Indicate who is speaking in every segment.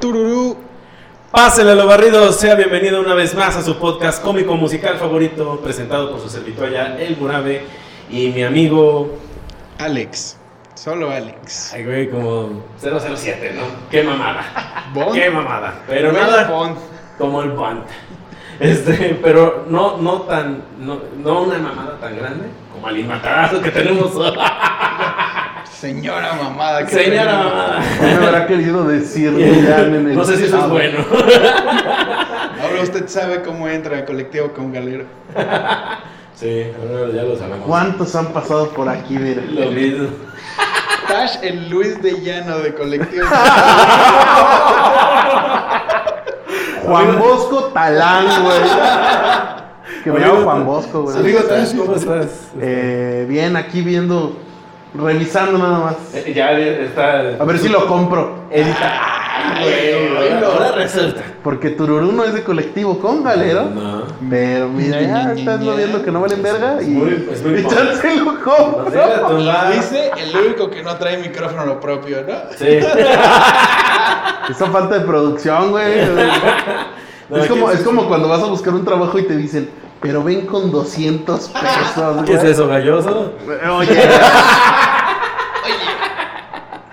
Speaker 1: Tururú.
Speaker 2: Pásenle lo barrido, sea bienvenido una vez más a su podcast cómico musical favorito, presentado por su servitoria El Murabe y mi amigo.
Speaker 1: Alex. Solo Alex.
Speaker 2: Ay, güey, como 007, ¿no? Qué mamada.
Speaker 1: Bond.
Speaker 2: Qué mamada. Pero
Speaker 1: Bueno,
Speaker 2: nada.
Speaker 1: Bond.
Speaker 2: como el Bond. Este, pero no, no tan, no, no una mamada tan grande como al inmatarazo que tenemos hoy.
Speaker 1: Señora mamada. que
Speaker 2: Señora
Speaker 1: tenemos.
Speaker 2: mamada.
Speaker 3: No me habrá querido decir Millán en el
Speaker 2: No sé si eso es
Speaker 3: Ah,
Speaker 2: bueno.
Speaker 1: Ahora usted sabe cómo entra el colectivo con galero.
Speaker 2: Sí, ahora ya lo sabemos.
Speaker 3: ¿Cuántos han pasado por aquí? Mira.
Speaker 2: Lo mismo.
Speaker 1: Tash, el Luis de Llano de colectivo.
Speaker 3: Juan Bosco Talán, güey. Que me
Speaker 2: Oye,
Speaker 3: llamo
Speaker 2: güey,
Speaker 3: Juan Bosco, güey.
Speaker 1: Amigo,
Speaker 2: estás? ¿Cómo estás?
Speaker 3: Eh, bien, aquí viendo, revisando nada más.
Speaker 2: Eh, Ya está.
Speaker 3: A ver si lo compro. Edita.
Speaker 2: Ay, güey,
Speaker 1: Ay,
Speaker 2: ahora-
Speaker 1: no.
Speaker 2: Ahora resulta.
Speaker 3: Porque Tururú no es de colectivo con galero.
Speaker 2: No.
Speaker 3: Pero mira, ya estás lo viendo que no valen verga y,
Speaker 2: Muy- es muy
Speaker 3: y
Speaker 2: pobre.
Speaker 3: chance lo compro.
Speaker 1: Dice el único que no trae micrófono lo propio, ¿no?
Speaker 2: Sí.
Speaker 3: Esa falta de producción, güey.
Speaker 2: No,
Speaker 3: es como,
Speaker 2: ¿qué
Speaker 3: es como cuando vas a buscar un trabajo y te dicen, pero ven con 200 pesos, güey.
Speaker 2: ¿Qué es eso, galloso?
Speaker 3: Oye.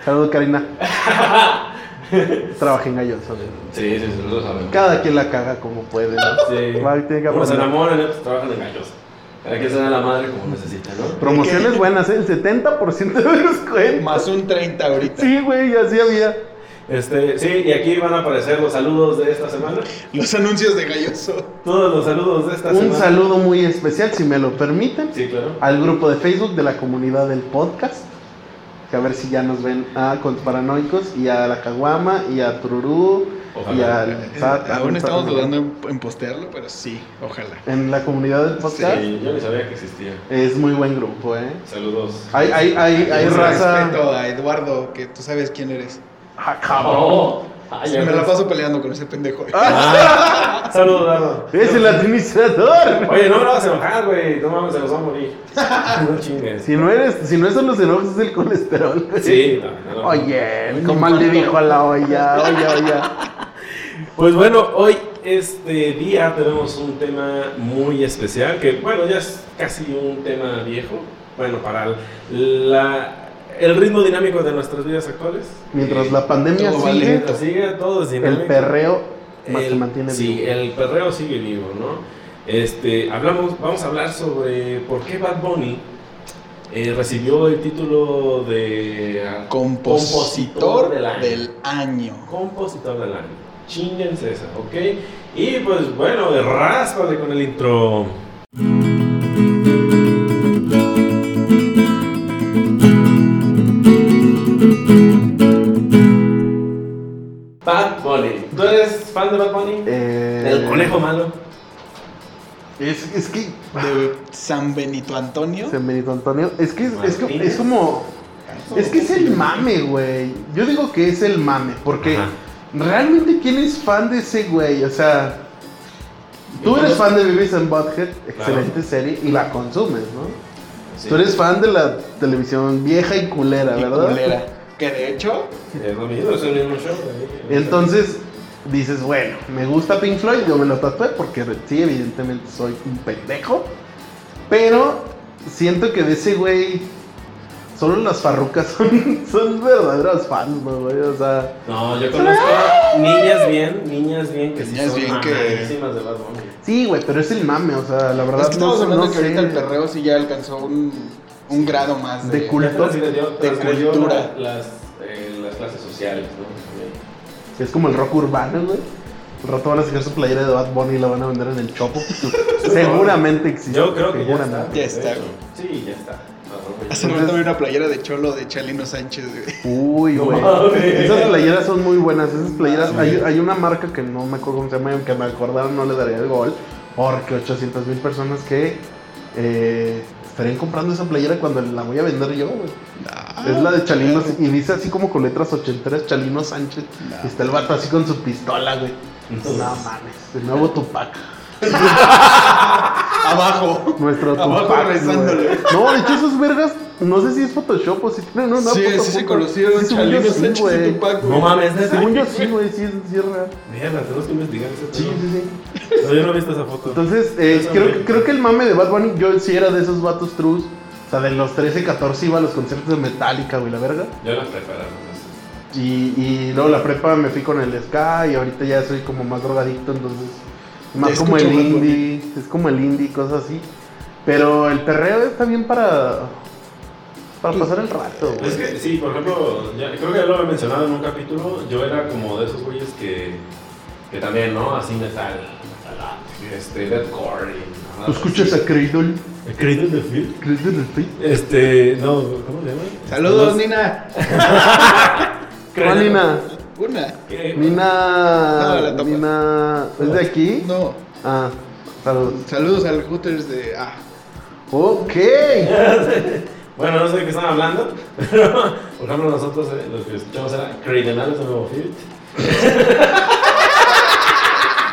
Speaker 3: Saludos, Karina. Trabaja en gallos, ¿sabes?
Speaker 2: Sí, sí, sí, lo sabemos.
Speaker 3: Cada quien la caga como puede, ¿no?
Speaker 2: Sí.
Speaker 3: Va, tiene que
Speaker 2: Unos se
Speaker 3: aprender.
Speaker 2: enamoran y otros trabajan en gallos. Para que se den la madre como necesita, ¿no?
Speaker 3: Promociones buenas, ¿eh? El 70% de descuento.
Speaker 1: Más un 30 ahorita.
Speaker 3: Sí, güey, así había.
Speaker 2: Este, sí, y aquí van a aparecer los saludos de esta semana.
Speaker 1: Los anuncios de Galloso.
Speaker 2: Todos los saludos de esta semana.
Speaker 3: Un saludo muy especial, si me lo permiten,
Speaker 2: Sí, claro.
Speaker 3: al grupo de Facebook de la comunidad del podcast. Que a ver si ya nos ven a Paranoicos y a La Caguama y a Tururú y
Speaker 2: Ojalá.
Speaker 3: al...
Speaker 1: Eh, Aún estamos dudando en, en postearlo, pero sí, ojalá.
Speaker 3: En la comunidad del podcast.
Speaker 2: Sí, yo ni sabía que existía.
Speaker 3: Es muy buen grupo, ¿eh?
Speaker 2: Saludos.
Speaker 3: Hay, hay, hay, hay
Speaker 1: Un
Speaker 3: raza.
Speaker 1: respeto a Eduardo, que tú sabes quién eres.
Speaker 3: Ah,
Speaker 2: ¡Oh! Ay,
Speaker 1: me
Speaker 2: ya
Speaker 1: la
Speaker 2: ves.
Speaker 1: paso peleando con ese pendejo.
Speaker 2: Ah, saludos, Dado.
Speaker 3: ¡Es el administrador!
Speaker 2: Oye, no me lo vas a enojar, güey. No mames, se los va a morir. No chingues.
Speaker 3: Si no eres, si no son los enojos, es el colesterol.
Speaker 2: Sí, no, no, no.
Speaker 3: Oye, como le dijo a la olla, olla, olla.
Speaker 2: Pues bueno, hoy, este día, tenemos un tema muy especial que, bueno, ya es casi un tema viejo. Bueno, para el- la, el ritmo dinámico de nuestras vidas actuales.
Speaker 3: Mientras la pandemia
Speaker 1: Todo vale.
Speaker 3: sigue,
Speaker 2: Mientras sigue, todo es dinámico.
Speaker 3: el perreo ma- se
Speaker 2: El-
Speaker 3: mantiene
Speaker 2: Sí,
Speaker 3: vivo.
Speaker 2: el perreo sigue vivo, ¿no? Este, hablamos, vamos a hablar sobre por qué Bad Bunny eh, recibió el título de ah,
Speaker 1: Compositor
Speaker 2: del año.
Speaker 1: del año.
Speaker 2: Compositor del año. Chingense esa, ¿ok? Y pues bueno, ráspale con el intro. Bad Bunny. ¿Tú eres fan de Bad Bunny?
Speaker 3: Eh,
Speaker 2: El conejo malo.
Speaker 3: Es, es que.
Speaker 1: De San Benito Antonio.
Speaker 3: San Benito Antonio. Es que es, es que-
Speaker 2: Martínez.
Speaker 3: es como. Es que es el mame, güey. Yo digo que es el mame, porque
Speaker 2: Ajá.
Speaker 3: realmente quién es fan de ese güey, o sea, tú eres fan de Vives en Butthead, excelente serie, y la consumes, ¿no?
Speaker 2: Sí,
Speaker 3: Tú eres fan de la televisión vieja y culera,
Speaker 1: y
Speaker 3: ¿verdad?
Speaker 1: culera. Que de hecho,
Speaker 2: Es lo mismo, es el mismo show. güey.
Speaker 3: Entonces dices, bueno, me gusta Pink Floyd, yo me lo tatué porque sí, evidentemente soy un pendejo, pero siento que de ese güey solo las farrucas son, son verdaderos fans, ¿no, güey? O sea...
Speaker 2: No, yo conozco niñas bien, niñas bien que sí
Speaker 1: Niñas
Speaker 2: son
Speaker 1: bien que-
Speaker 2: mamadísimas de Bad Bunny.
Speaker 3: Sí, güey, pero es el mame, o sea, la verdad
Speaker 1: es que estamos
Speaker 3: no,
Speaker 1: hablando
Speaker 3: no
Speaker 1: que ahorita
Speaker 3: sé.
Speaker 1: el perreo sí ya alcanzó un, un grado más de,
Speaker 3: De cul-
Speaker 2: Ya transgredió-
Speaker 1: De
Speaker 2: transgredió
Speaker 1: cultura.
Speaker 2: la- Las, eh, las clases sociales, ¿no?
Speaker 3: Es como el rock urbano, güey. Al rato van a sacar su playera de Bad Bunny y la van a vender en el Chopo. Seguramente existe.
Speaker 2: Yo creo que ya está.
Speaker 3: seguramente.
Speaker 1: Ya está, güey.
Speaker 2: Sí, ya está. No,
Speaker 1: Hace rato vi una playera de Cholo de Chalino Sánchez, güey.
Speaker 3: Uy,
Speaker 2: No
Speaker 3: güey.
Speaker 2: mames.
Speaker 3: Esas playeras son muy buenas. Esas playeras.
Speaker 2: Sí.
Speaker 3: Hay, hay una marca que no me acuerdo cómo se llama, que me acordaron, no le daría el gol. Porque 800 mil personas que eh, estarían comprando esa playera cuando la voy a vender yo, güey. Es la de Chalino y dice así como con letras ochenteras Chalino Sánchez. Y está el vato así con su pistola, güey. No mames, el nuevo Tupac.
Speaker 1: Abajo.
Speaker 3: Nuestro
Speaker 1: Ah, Abajo
Speaker 3: Tupac. güey.
Speaker 1: rezándole.
Speaker 3: No, de hecho esos vergas No sé si es Photoshop o si tienen una
Speaker 1: sí,
Speaker 3: foto
Speaker 1: sí se
Speaker 3: juntos.
Speaker 1: conocieron,
Speaker 3: Sí, según yo
Speaker 1: Chalino
Speaker 3: sí,
Speaker 1: Sánchez
Speaker 3: güey.
Speaker 1: y Tupac.
Speaker 2: No mames, neta.
Speaker 3: Según yo sí, güey, sí, es- sí es real.
Speaker 2: Mierda, tenemos que investigar ese
Speaker 3: Sí,
Speaker 2: pedo.
Speaker 3: sí, sí.
Speaker 2: No, yo no he visto esa foto.
Speaker 3: Entonces, eh,
Speaker 2: Eso
Speaker 3: creo,
Speaker 2: me-
Speaker 3: creo que el mame de Bad Bunny, yo sí era de esos vatos trus. O sea, de los 13, 14 iba a los conciertos de Metallica, güey, la verga.
Speaker 2: Yo la preparo, entonces.
Speaker 3: Y, y luego la prepa me fui con el ska y ahorita ya soy como más drogadicto, entonces más
Speaker 1: Ya
Speaker 3: como el
Speaker 1: escucho Bad Bunny.
Speaker 3: indie, es como el indie, cosas así. Pero el perreo está bien para
Speaker 1: Pues,
Speaker 3: para pasar el rato. güey.
Speaker 2: Es que, sí, por ejemplo, ya- creo que ya lo había mencionado en un capítulo. Yo era como de esos güeyes que, que también, ¿no? Así metal. metal, Este, deathcore. y nada
Speaker 3: ¿Tú escuchas
Speaker 2: así.
Speaker 3: a Cradle?
Speaker 2: Cradle de Field?
Speaker 3: ¿Cradle of Filth?
Speaker 2: Este, no, ¿cómo se llama?
Speaker 1: Saludos,
Speaker 2: No,
Speaker 1: Nina.
Speaker 3: ¿Cuál Nina?
Speaker 1: Una.
Speaker 2: ¿Qué?
Speaker 1: No,
Speaker 3: Nina...
Speaker 1: la topas.
Speaker 3: Nina... ¿Es de aquí?
Speaker 1: No.
Speaker 3: Ah, saludos.
Speaker 1: Saludos al Hooters de. Ah.
Speaker 3: Ok.
Speaker 2: Bueno, no sé de qué están hablando, pero por ejemplo nosotros eh, los que escuchamos era Creidenales de Nuevo Field.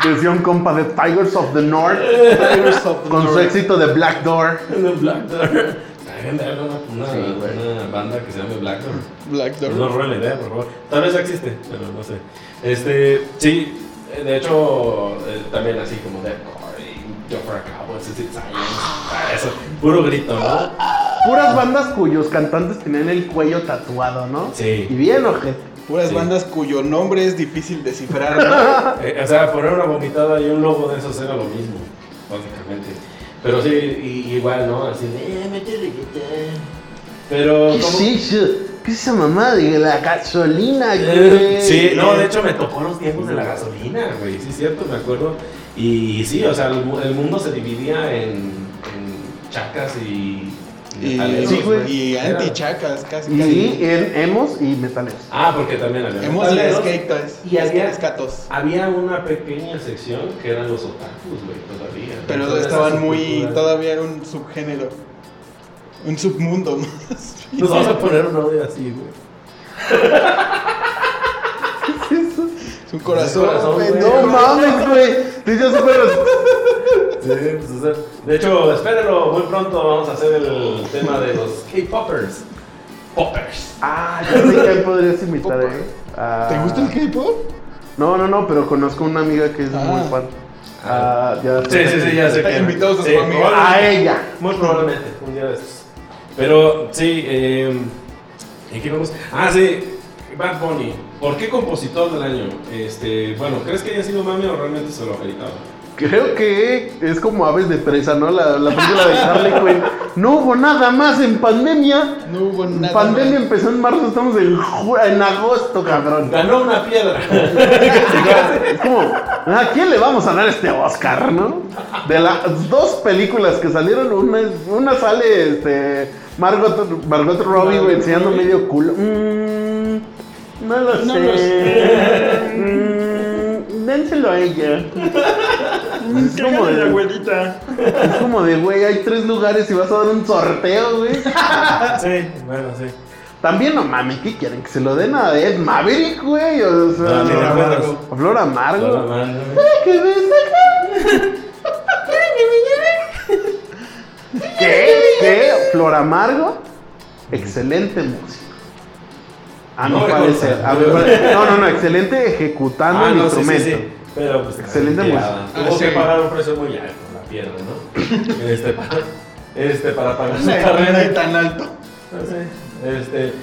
Speaker 3: Decía un compa de Tigers of the North
Speaker 1: Tigers of the
Speaker 3: con su
Speaker 1: North.
Speaker 3: éxito de Black Door.
Speaker 2: De Black Door. También era una, una,
Speaker 3: Sí, güey.
Speaker 2: una banda que se llama Black Door.
Speaker 1: Black Door.
Speaker 2: No roben la idea, por favor. Tal vez ya existe, pero no sé. Este, sí, eh, de hecho, eh, también así como Deathcore y Joffrey Cowboys, Six Science, ah, eso, puro grito, ¿no?
Speaker 3: Puras bandas cuyos cantantes tenían el cuello tatuado, ¿no?
Speaker 2: Sí.
Speaker 3: Y bien, ojete.
Speaker 1: Puras
Speaker 2: Sí.
Speaker 1: bandas cuyo nombre es difícil descifrar. ¿no?
Speaker 2: Eh, o sea, poner una vomitada y un logo de esos era lo mismo, básicamente. Pero sí, i- igual, ¿no? Así de, eh, métele guitarra". Pero,
Speaker 3: ¿Qué
Speaker 2: ¿cómo?
Speaker 3: es eso? ¿Qué es esa mamá de la gasolina?
Speaker 2: Eh,
Speaker 3: güey?
Speaker 2: Sí, no, de hecho me tocó los tiempos de la gasolina, güey. Sí, es cierto, me acuerdo. Y sí, o sea, el, mu- el mundo se dividía en, en chacas y.
Speaker 1: Y,
Speaker 2: metaleros,
Speaker 3: Sí, güey.
Speaker 1: y
Speaker 2: Era-
Speaker 1: anti-chacas, casi.
Speaker 3: Y eh,
Speaker 1: casi.
Speaker 3: en emos y metaleros.
Speaker 2: Ah, porque también había.
Speaker 1: Hemos
Speaker 2: metaleros.
Speaker 1: skatas.
Speaker 2: Y había-
Speaker 1: escatos.
Speaker 2: Había una pequeña sección que eran los otakus, güey, todavía.
Speaker 1: Pero
Speaker 2: Toda esa
Speaker 1: estaban muy.
Speaker 2: subcultura.
Speaker 1: Todavía era un subgénero. Un submundo más.
Speaker 2: Nos vamos a poner un audio así, güey.
Speaker 1: Es un corazón.
Speaker 2: corazón, Ah, güey.
Speaker 1: pendejo.
Speaker 3: No mames, güey. Te hiciste súper los-
Speaker 2: Sí, pues, o sea, de hecho, espérenlo, muy pronto vamos a hacer el tema de los K-Poppers. Poppers.
Speaker 3: Ah, ya sé que podrías imitar, eh. Ah.
Speaker 1: ¿Te gusta el K-pop?
Speaker 3: No, no, no, pero conozco una amiga que es
Speaker 1: Ah.
Speaker 3: muy fan. Ah, ya
Speaker 2: Sí, sí, sí, ya sé que.
Speaker 1: Invitados a su
Speaker 2: Sí, Ah,
Speaker 1: amiga.
Speaker 2: probablemente-
Speaker 3: A ella.
Speaker 2: Muy probablemente, un día de estos. Pero, sí, eh, ¿en qué vamos? Ah, sí, Bad Bunny. ¿Por qué compositor del año? Este, bueno, ¿crees que haya sido mami o realmente se lo meritaba?
Speaker 3: Creo que es como aves de presa, ¿no? La, la película de Harley Quinn. No hubo nada más en pandemia.
Speaker 1: No hubo nada.
Speaker 3: pandemia
Speaker 1: más.
Speaker 3: empezó en marzo, estamos en, ju- en agosto, cabrón.
Speaker 2: Ganó una piedra.
Speaker 3: Es como, ¿a quién le vamos a dar este Oscar, no? De las dos películas que salieron, una, es- una sale este, Margot, Margot Robbie, güey, enseñando
Speaker 2: Robbie.
Speaker 3: medio culo. Mm, no lo sé.
Speaker 1: No lo
Speaker 3: Mm, dénselo a ella. Es como
Speaker 1: Cágale la
Speaker 3: de,
Speaker 1: abuelita.
Speaker 3: es como de, güey, hay tres lugares y vas a dar un sorteo, güey.
Speaker 2: sí, bueno, sí.
Speaker 3: También, no mames, ¿qué quieren? ¿Que se lo den a Ed Maverick, güey? O sea,
Speaker 2: No,
Speaker 1: Flor Amargo.
Speaker 3: a Flor Amargo.
Speaker 2: Solo mando, güey.
Speaker 3: ¿Qué me ¿Qué? ¿Qué? Flor Amargo, excelente Ah, música. A mi
Speaker 2: No me
Speaker 3: parecer.
Speaker 2: consta.
Speaker 3: a mi parecer. No, no, no, excelente ejecutando
Speaker 2: Ah,
Speaker 3: el
Speaker 2: no, sí, sí,
Speaker 3: instrumento.
Speaker 2: sí. Pero pues
Speaker 3: Excelente
Speaker 2: también
Speaker 3: música.
Speaker 2: Tuvo
Speaker 1: Ah,
Speaker 2: que
Speaker 1: sí.
Speaker 2: pagar un precio muy alto la piedra, ¿no? este, para, este, para pagar su
Speaker 1: Una carrera
Speaker 2: carrera.
Speaker 1: tan alto.
Speaker 2: No sé, Este,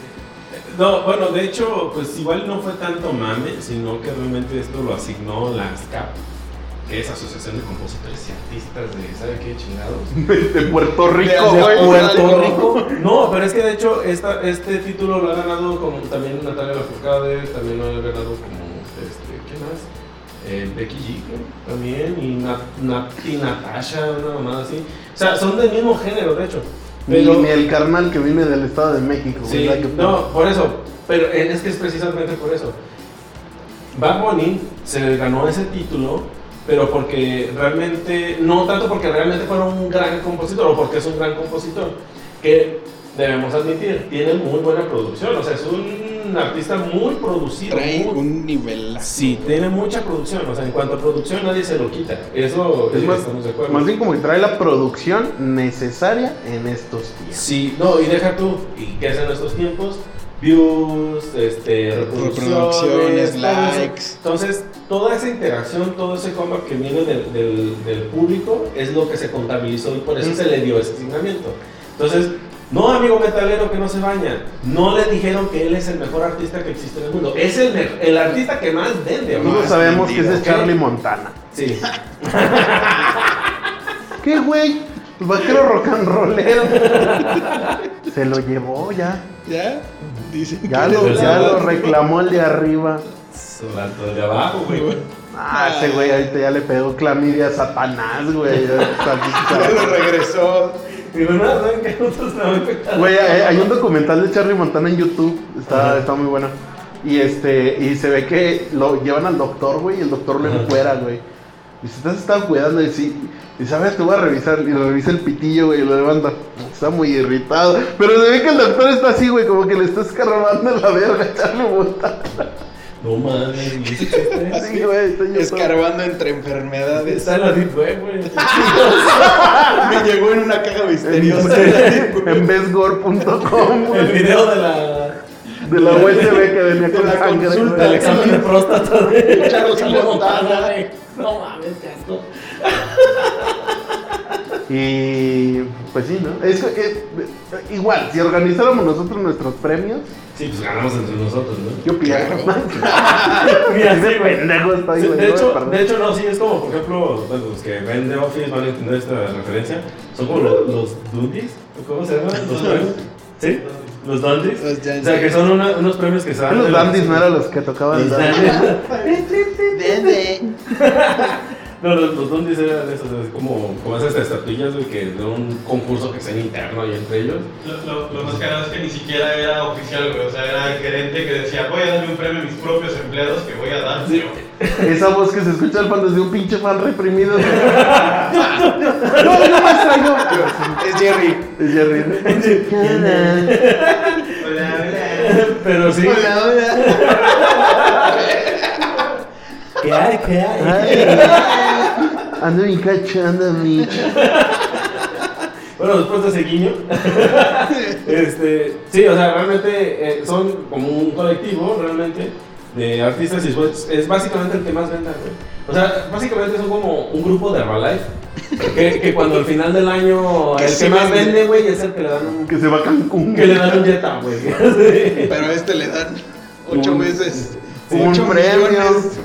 Speaker 2: no, bueno, de hecho, pues igual no fue tanto mame, sino que realmente esto lo asignó la ASCAP, que es Asociación de Compositores y Artistas de, ¿sabe qué chingados?
Speaker 3: De Puerto Rico,
Speaker 1: De
Speaker 3: güey.
Speaker 1: Puerto
Speaker 2: Rico. No, pero es que de hecho esta, este título lo ha ganado como también Natalia Lafourcade, también lo ha ganado como, este, ¿quién más? Eh, Becky G, creo, también, y, Nat, Nat- y Natasha, una mamada así. O sea, son del mismo género, de hecho. Pero,
Speaker 3: Ni el carnal que viene del Estado de México, güey.
Speaker 2: sí,
Speaker 3: la que-
Speaker 2: no, por eso. Pero es que es precisamente por eso. Bad Bunny se ganó ese título, pero porque realmente, no tanto porque realmente fuera un gran compositor o porque es un gran compositor, que debemos admitir, tiene muy buena producción, o sea, es un un artista muy producido.
Speaker 1: Trae
Speaker 2: muy-
Speaker 1: un nivel.
Speaker 2: Sí, tiene mucha producción. O sea, en cuanto a producción, nadie se lo quita. Eso
Speaker 3: Es
Speaker 2: eh,
Speaker 3: más-
Speaker 2: estamos de acuerdo.
Speaker 3: Más bien como que trae la producción necesaria en estos días.
Speaker 2: Sí, no, y deja tú. ¿Y qué hacen estos tiempos? Views, este, reproducciones,
Speaker 1: Reproducciones,
Speaker 2: todo eso.
Speaker 1: likes.
Speaker 2: Entonces, toda esa interacción, todo ese combat que viene del, del- del público es lo que se contabilizó y por eso
Speaker 3: Mm.
Speaker 2: se le dio ese asignamiento. Entonces, no, amigo metalero que no se baña, no le dijeron que él es el mejor artista que existe en el mundo. Es el, me- el artista que más vende, amigo.
Speaker 3: Todos
Speaker 1: Más
Speaker 3: sabemos que ese
Speaker 1: vendido,
Speaker 3: es
Speaker 2: ¿ok?
Speaker 3: Charlie Montana.
Speaker 2: Sí.
Speaker 3: ¿Qué, güey? El vaquero rock and rollero. Se lo llevó ya.
Speaker 1: ¿Ya? Dicen
Speaker 3: Ya
Speaker 1: que
Speaker 3: lo,
Speaker 1: le-
Speaker 3: ya lo reclamó el de arriba.
Speaker 2: Solando de abajo, güey.
Speaker 3: Ah, ese güey ahorita ya le pegó clamidia a Satanás, güey. Ya está-
Speaker 1: Ya lo regresó.
Speaker 2: Y bueno, ¿saben qué? Nosotros no afecta.
Speaker 3: Güey, hay, hay un documental de Charlie Montana en YouTube, está, está muy bueno. Y este, y se ve que lo llevan al doctor, güey, y el doctor lo
Speaker 2: Ajá.
Speaker 3: encuera, güey. Y se está, está cuidando y sí. Y sabes, te voy a revisar, y lo revisa el pitillo, güey, y lo levanta. Está muy irritado. Pero se ve que el doctor está así, güey, como que le está escarbando la verga a Charlie Montana.
Speaker 2: No mames, ¿y ese chiste?
Speaker 3: Sí, güey, está en YouTube.
Speaker 1: Escarbando entre enfermedades.
Speaker 2: Está en la deep web, güey.
Speaker 1: Me llegó en una caja misteriosa.
Speaker 3: En besgore.com,
Speaker 2: El
Speaker 3: güey.
Speaker 2: video de la.
Speaker 3: De la USB que venía
Speaker 1: De
Speaker 3: con
Speaker 1: la
Speaker 3: sangre,
Speaker 1: consulta
Speaker 3: güey.
Speaker 2: Del examen de próstata de
Speaker 1: Charles
Speaker 2: Charles
Speaker 1: Montana.
Speaker 2: Montana, güey. No mames, qué asco.
Speaker 3: Y pues sí, ¿no? Es, que- eh, eh, igual, si organizáramos nosotros nuestros premios,
Speaker 2: Sí, pues ganamos entre nosotros, ¿no?
Speaker 3: yo pierdo.
Speaker 2: Mira,
Speaker 3: Ese
Speaker 2: sí, güey.
Speaker 3: pendejo está ahí,
Speaker 2: Sí,
Speaker 3: güey,
Speaker 2: de,
Speaker 3: no voy a
Speaker 2: hecho,
Speaker 3: perder.
Speaker 2: de hecho, no, sí, es como, por ejemplo, bueno, los que ven The Office van a entender esta referencia. Son como los, los Dundies, ¿cómo se llaman? Los premios. ¿Sí? Los Dundies.
Speaker 1: Los Dundies.
Speaker 2: O sea, que son una- unos premios que se dan.
Speaker 3: los
Speaker 2: en
Speaker 3: dandies no eran los que tocaban
Speaker 2: Los
Speaker 3: el
Speaker 2: Dundies.
Speaker 1: Dende.
Speaker 2: No, los, los dundies eran esos, es como, como esas estatuillas güey, que de un concurso que sea interno y entre ellos.
Speaker 4: Lo, lo- lo más caro es que ni siquiera era oficial, güey. O sea, era el gerente que decía, voy a darle un premio a mis propios empleados que voy a dar.
Speaker 2: Sí.
Speaker 3: Esa voz que se escucha al fondo es de un pinche fan reprimido. no, no más traigo.
Speaker 1: Es Jerry.
Speaker 3: Es Jerry. Hola.
Speaker 4: Hola, hola.
Speaker 2: Pero sí.
Speaker 3: Hola, hola.
Speaker 2: ¿Qué hay? ¿Qué
Speaker 3: Ay. Ando mi cacho, ando mi.
Speaker 2: Bueno, después de ese guiño. este, sí, o sea, realmente eh, son como un colectivo, realmente, de artistas y pues es básicamente el que más venda, güey. O sea, básicamente son como un grupo de Herbalife. Que, que cuando al final del año
Speaker 1: Que
Speaker 2: el
Speaker 1: sí
Speaker 2: que más
Speaker 1: vende.
Speaker 2: vende, güey, es el que le dan un,
Speaker 3: Que se va a Cancún.
Speaker 2: que le dan un Jetta, güey. Sí.
Speaker 1: Pero a este le dan ocho
Speaker 2: Un-
Speaker 1: meses.
Speaker 3: un
Speaker 1: Ocho
Speaker 3: premio.
Speaker 1: millones.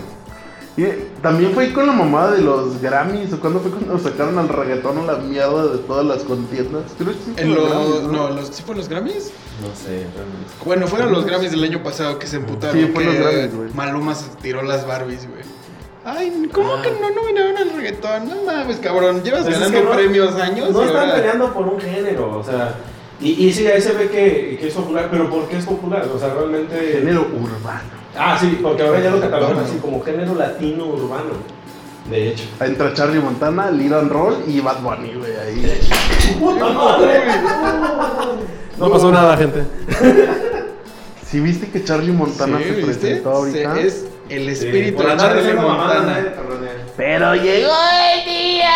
Speaker 3: Y también fue con la mamada de los Grammys, o cuando fue cuando sacaron al reggaetón a la mierda de todas las contiendas. Creo que sí fue
Speaker 1: En los,
Speaker 3: Grammys,
Speaker 1: no, los, ¿Sí fueron los Grammys?
Speaker 2: No sé, realmente.
Speaker 1: Bueno, fueron los Grammys del año pasado que se emputaron.
Speaker 3: Sí, fueron
Speaker 1: que
Speaker 3: los Grammys, güey.
Speaker 1: Maluma se tiró las Barbies, güey. Ay, ¿cómo que no nominaron al reggaetón? No mames, cabrón. Llevas
Speaker 2: Pues es
Speaker 1: ganando
Speaker 2: que no-
Speaker 1: premios años.
Speaker 2: No
Speaker 1: y
Speaker 2: están
Speaker 1: ahora-
Speaker 2: peleando por un género, o sea. Y, y sí, ahí se ve que, que es popular, pero ¿por qué es popular? O sea, realmente.
Speaker 3: Género urbano.
Speaker 2: Ah, sí, porque ahora ya lo catalogan así como género latino urbano. De hecho.
Speaker 3: Entra Charlie Montana, Liran Roll y Bad Bunny, güey, ahí.
Speaker 2: ¡Puta madre! No pasó nada, gente.
Speaker 3: ¿Sí viste que Charlie Montana
Speaker 1: Sí,
Speaker 3: se
Speaker 1: ¿viste?
Speaker 3: presentó ahorita?
Speaker 1: Se- es el espíritu de Charlie
Speaker 2: eh,
Speaker 1: Montana.
Speaker 3: eh. Pero llegó.
Speaker 5: el día.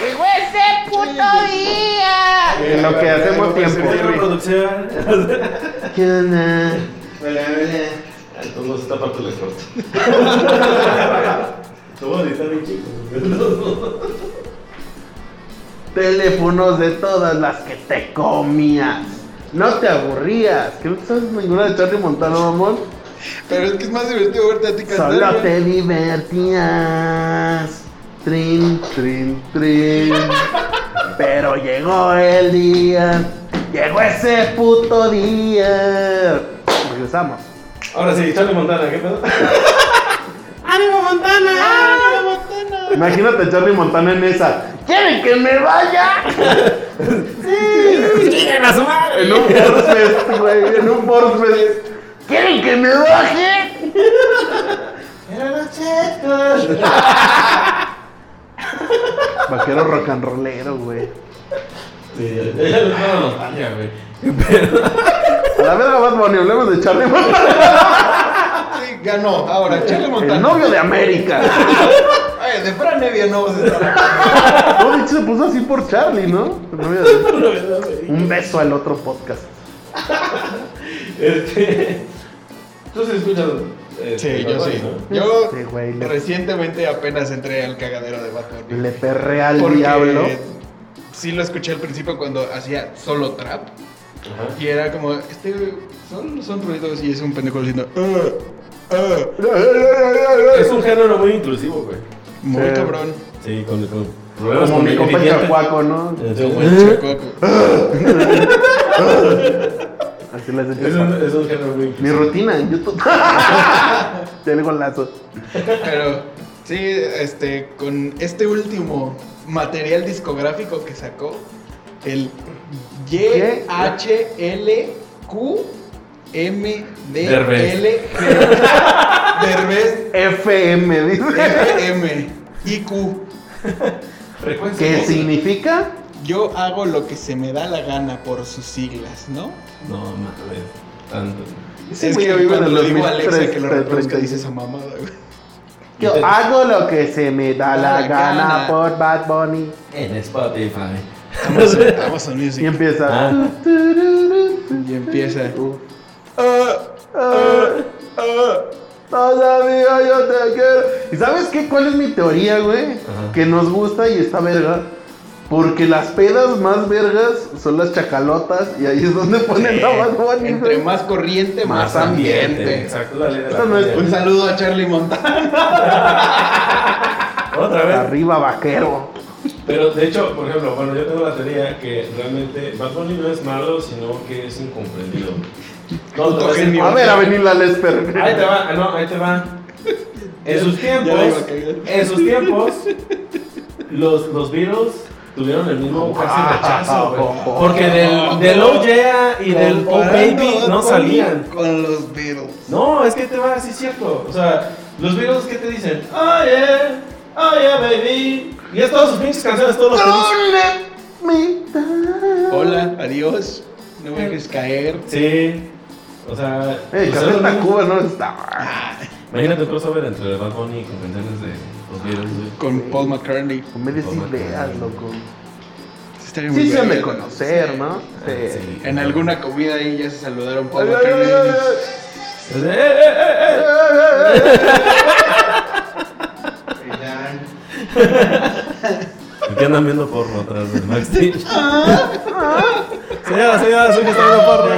Speaker 5: Llegó ese puto día.
Speaker 3: En lo que hacemos tiempo.
Speaker 2: Eh, producción. Eh,
Speaker 3: ¿Qué onda?
Speaker 2: Entonces esta parte la corto. Lo voy a editar un chico.
Speaker 3: Teléfonos de todas las que te comías. No te aburrías. Creo que sabes ninguna de Charlie Montana, mamón.
Speaker 1: Pero es que es más divertido verte a ti cantar.
Speaker 3: Solo
Speaker 1: güey.
Speaker 3: te divertías. Trin, trin, trin. Pero llegó el día. Llegó ese puto día. Regresamos.
Speaker 2: Ahora sí, Charlie Montana, ¿qué pedo?
Speaker 3: Imagínate a Charlie Montana en esa. ¿Quieren que me vaya? sí. En un Forfest, güey. En un Forfest. ¿Quieren que me baje? Vaquero rock and rollero, güey.
Speaker 2: Sí, ya- ya les da la nostalgia, güey.
Speaker 3: A la verga Bad Bunny, hablemos de Charlie Montana.
Speaker 1: Sí, ganó. Ahora, Charlie Montana.
Speaker 3: El novio de América.
Speaker 1: Ay, de Fran Evia no vamos a estar.
Speaker 3: No, de hecho se puso así por Charlie, ¿no? El novio de- Un beso al otro podcast.
Speaker 2: Este, Tú sí escuchas. eh,
Speaker 1: Sí, yo
Speaker 2: Bad Bunny,
Speaker 1: sí.
Speaker 2: ¿no?
Speaker 1: Yo
Speaker 3: Sí, güey, le-
Speaker 1: recientemente apenas entré al cagadero de Bad Bunny.
Speaker 3: Le perré al
Speaker 1: Porque
Speaker 3: diablo.
Speaker 1: Sí lo escuché al principio cuando hacía solo trap.
Speaker 2: Ajá.
Speaker 1: Y era como, este güey, son, son ruidos y es un pendejo diciendo. eh". "Ah,
Speaker 2: Es un género muy intrusivo, güey.
Speaker 1: Muy
Speaker 3: Sí.
Speaker 1: cabrón.
Speaker 2: Sí, con, con problemas
Speaker 3: Como
Speaker 2: con
Speaker 3: mi
Speaker 2: el
Speaker 3: compa el
Speaker 2: idiota.
Speaker 3: Chacuaco, ¿no?
Speaker 2: Eh, sí,
Speaker 1: Como
Speaker 2: güey.
Speaker 1: el chacoco.
Speaker 3: Así les
Speaker 2: Es
Speaker 3: dice.
Speaker 2: un, es un género muy
Speaker 3: Mi
Speaker 2: intrusivo.
Speaker 3: rutina en YouTube. Te digo el lazo.
Speaker 1: Pero sí, este, con este último material discográfico que sacó, el
Speaker 3: ¿Qué?
Speaker 1: YHLQMDLG.
Speaker 2: Derbez.
Speaker 1: Derbez
Speaker 3: FM, dice.
Speaker 1: FM IQ.
Speaker 2: Frecuencia
Speaker 3: ¿Qué
Speaker 2: móvil.
Speaker 3: significa?
Speaker 1: Yo hago lo que se me da la gana por sus siglas, ¿no?
Speaker 2: No, mames. Tanto.
Speaker 3: Sí,
Speaker 1: es
Speaker 3: güey,
Speaker 1: que
Speaker 3: yo vivo en
Speaker 1: cuando
Speaker 3: el
Speaker 1: le digo a Alexa
Speaker 3: 2003,
Speaker 1: que lo reproduzca,
Speaker 3: 36.
Speaker 1: dice esa mamada, güey.
Speaker 3: Yo
Speaker 2: Entonces-
Speaker 3: hago lo que se me da la,
Speaker 1: La
Speaker 3: gana,
Speaker 1: gana.
Speaker 3: por Bad Bunny.
Speaker 2: En Spotify.
Speaker 1: Amazon, Amazon Music.
Speaker 3: Y empieza.
Speaker 2: Ah.
Speaker 1: Y empieza.
Speaker 3: Uh.
Speaker 1: Ah,
Speaker 3: Ah,
Speaker 1: ah.
Speaker 3: todavía yo te quiero. ¿Y sabes qué? ¿Cuál es mi teoría, güey?
Speaker 2: Ajá.
Speaker 3: Que nos gusta y está verga. Porque las pedas más vergas son las chacalotas y ahí es donde ponen
Speaker 1: Sí.
Speaker 3: la Bad Bunny.
Speaker 1: Entre
Speaker 3: Ah, güey.
Speaker 1: más corriente, más, ambiente.
Speaker 2: Exacto, la ley de la
Speaker 3: Eso no es
Speaker 1: Un
Speaker 2: corriente.
Speaker 1: saludo a Charlie Montana.
Speaker 2: Otra vez.
Speaker 3: Arriba, vaquero.
Speaker 2: Pero de hecho, por ejemplo, bueno, yo tengo la teoría que realmente Bad Bunny no es malo, sino que es incomprendido. No, te voy a decir-
Speaker 1: genio.
Speaker 3: A ver, a venir la Lesper.
Speaker 2: ahí te va, ah, no, ahí te va. En sus tiempos,
Speaker 1: la iba a cagar.
Speaker 2: en sus tiempos, los, los Beatles tuvieron el mismo casi rechazo, güey. Porque del, del Oh Yeah y del Oh Baby no salían.
Speaker 1: Con los Beatles.
Speaker 2: No, es que te va, sí es cierto. O sea, los Beatles, ¿qué te dicen? Oh yeah, oh yeah, baby. Y es todas sus pinches canciones, todos los felices.
Speaker 3: Me da.
Speaker 1: Hola, adiós. No me dejes caer.
Speaker 2: Sí. O sea,
Speaker 3: Eh,
Speaker 2: pues
Speaker 3: Café
Speaker 2: es lo mismo.
Speaker 3: Tacuba no está.
Speaker 2: Imagínate un crossover entre Bad Bunny con canciones de los Beatles. güey.
Speaker 1: Con Paul McCartney.
Speaker 3: No me des ideas, loco.
Speaker 1: Sí, estaría muy
Speaker 3: Sí se han de
Speaker 1: verga.
Speaker 3: conocer, ¿no?
Speaker 2: Ah,
Speaker 3: Sí.
Speaker 2: sí.
Speaker 1: En alguna comida ahí ya se saludaron Paul
Speaker 3: Ay, ay, ay, ay,
Speaker 1: McCartney.
Speaker 2: Eh, eh, eh, eh.
Speaker 3: ay, ay, ay.
Speaker 2: ¿Y qué andan viendo porno atrás del backstage?
Speaker 3: Ah,
Speaker 2: señora, señora, soy que está viendo porno.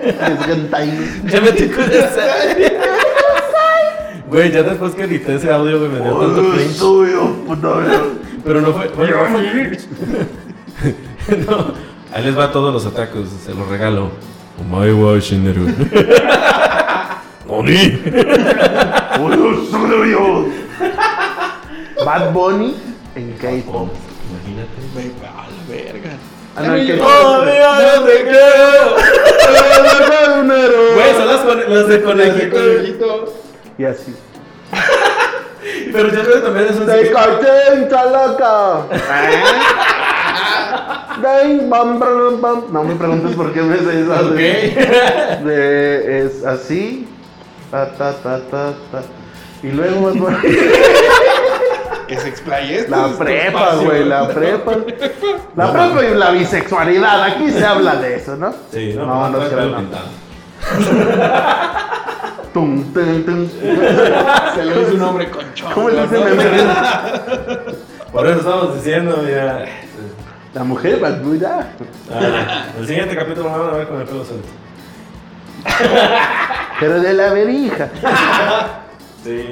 Speaker 3: Es hentai.
Speaker 2: Ya me te curiosa. Güey, ya después que edité ese audio, güey, me dio tanto cringe. Pero no fue. no, ahí les va todos los atacos, se los regalo. Omae wa shineru. ¡Oni!
Speaker 3: Bad Bunny en K-pop.
Speaker 2: Imagínate.
Speaker 1: Ve, A la verga.
Speaker 3: Ah, no, en
Speaker 1: Ay,
Speaker 3: K-pop.
Speaker 2: yo te quiero! Güey, son las, con- las de
Speaker 1: Ese
Speaker 2: conejito.
Speaker 1: conejito.
Speaker 3: Y así.
Speaker 2: Pero yo creo que también es un.
Speaker 3: ¡Te contenta, loca! Ding, bam, bam, bam. No me preguntes por qué me sé esa. de- de- es así. Ta, ta, ta, ta, ta. Y luego Bad Bunny.
Speaker 1: Que se explaye esto.
Speaker 3: La
Speaker 1: es tu
Speaker 3: prepa,
Speaker 1: espacio.
Speaker 3: güey, la prepa. La prepa y la bisexualidad, aquí se habla de eso, ¿no?
Speaker 2: Sí, no,
Speaker 3: no, no,
Speaker 2: trae
Speaker 3: no,
Speaker 2: pelo
Speaker 3: no.
Speaker 2: pintado.
Speaker 3: Tum, tum, tum.
Speaker 1: Se le hizo un hombre con chongo.
Speaker 3: ¿Cómo le dicen
Speaker 1: ¿no?
Speaker 3: en el-
Speaker 2: Por eso estamos diciendo, mira.
Speaker 3: La mujer barbuda.
Speaker 2: Ah, el siguiente capítulo lo van a ver con el pelo suelto.
Speaker 3: Pero de la verija.
Speaker 2: Sí,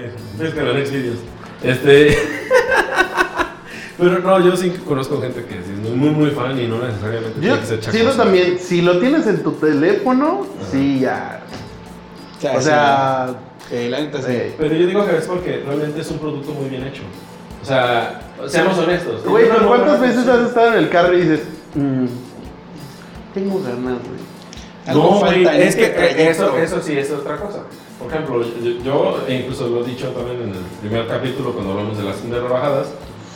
Speaker 2: es que los next videos. Este. Pero no, yo sí conozco gente que sí es muy, muy fan y no necesariamente
Speaker 3: Yo
Speaker 2: tiene que ser chacoso.
Speaker 3: siento también, si lo tienes en tu teléfono, sí, ya. O sea,
Speaker 1: sí. Eh, la neta sí.
Speaker 3: eh,
Speaker 2: Pero yo digo que es porque realmente es un producto muy bien hecho. O sea, seamos honestos.
Speaker 3: güey,
Speaker 2: Es una
Speaker 3: pero ¿cuántas
Speaker 2: buena
Speaker 3: veces has
Speaker 2: canción.
Speaker 3: estado en el carro y dices, "Mm, tengo ganas, güey?
Speaker 1: Algo
Speaker 2: No, güey,
Speaker 1: falta en
Speaker 2: es que eh,
Speaker 1: este trayecto.
Speaker 2: eso, eso sí es otra cosa. Por ejemplo, yo, yo- e incluso lo he dicho también en el primer capítulo cuando hablamos de las rebajadas,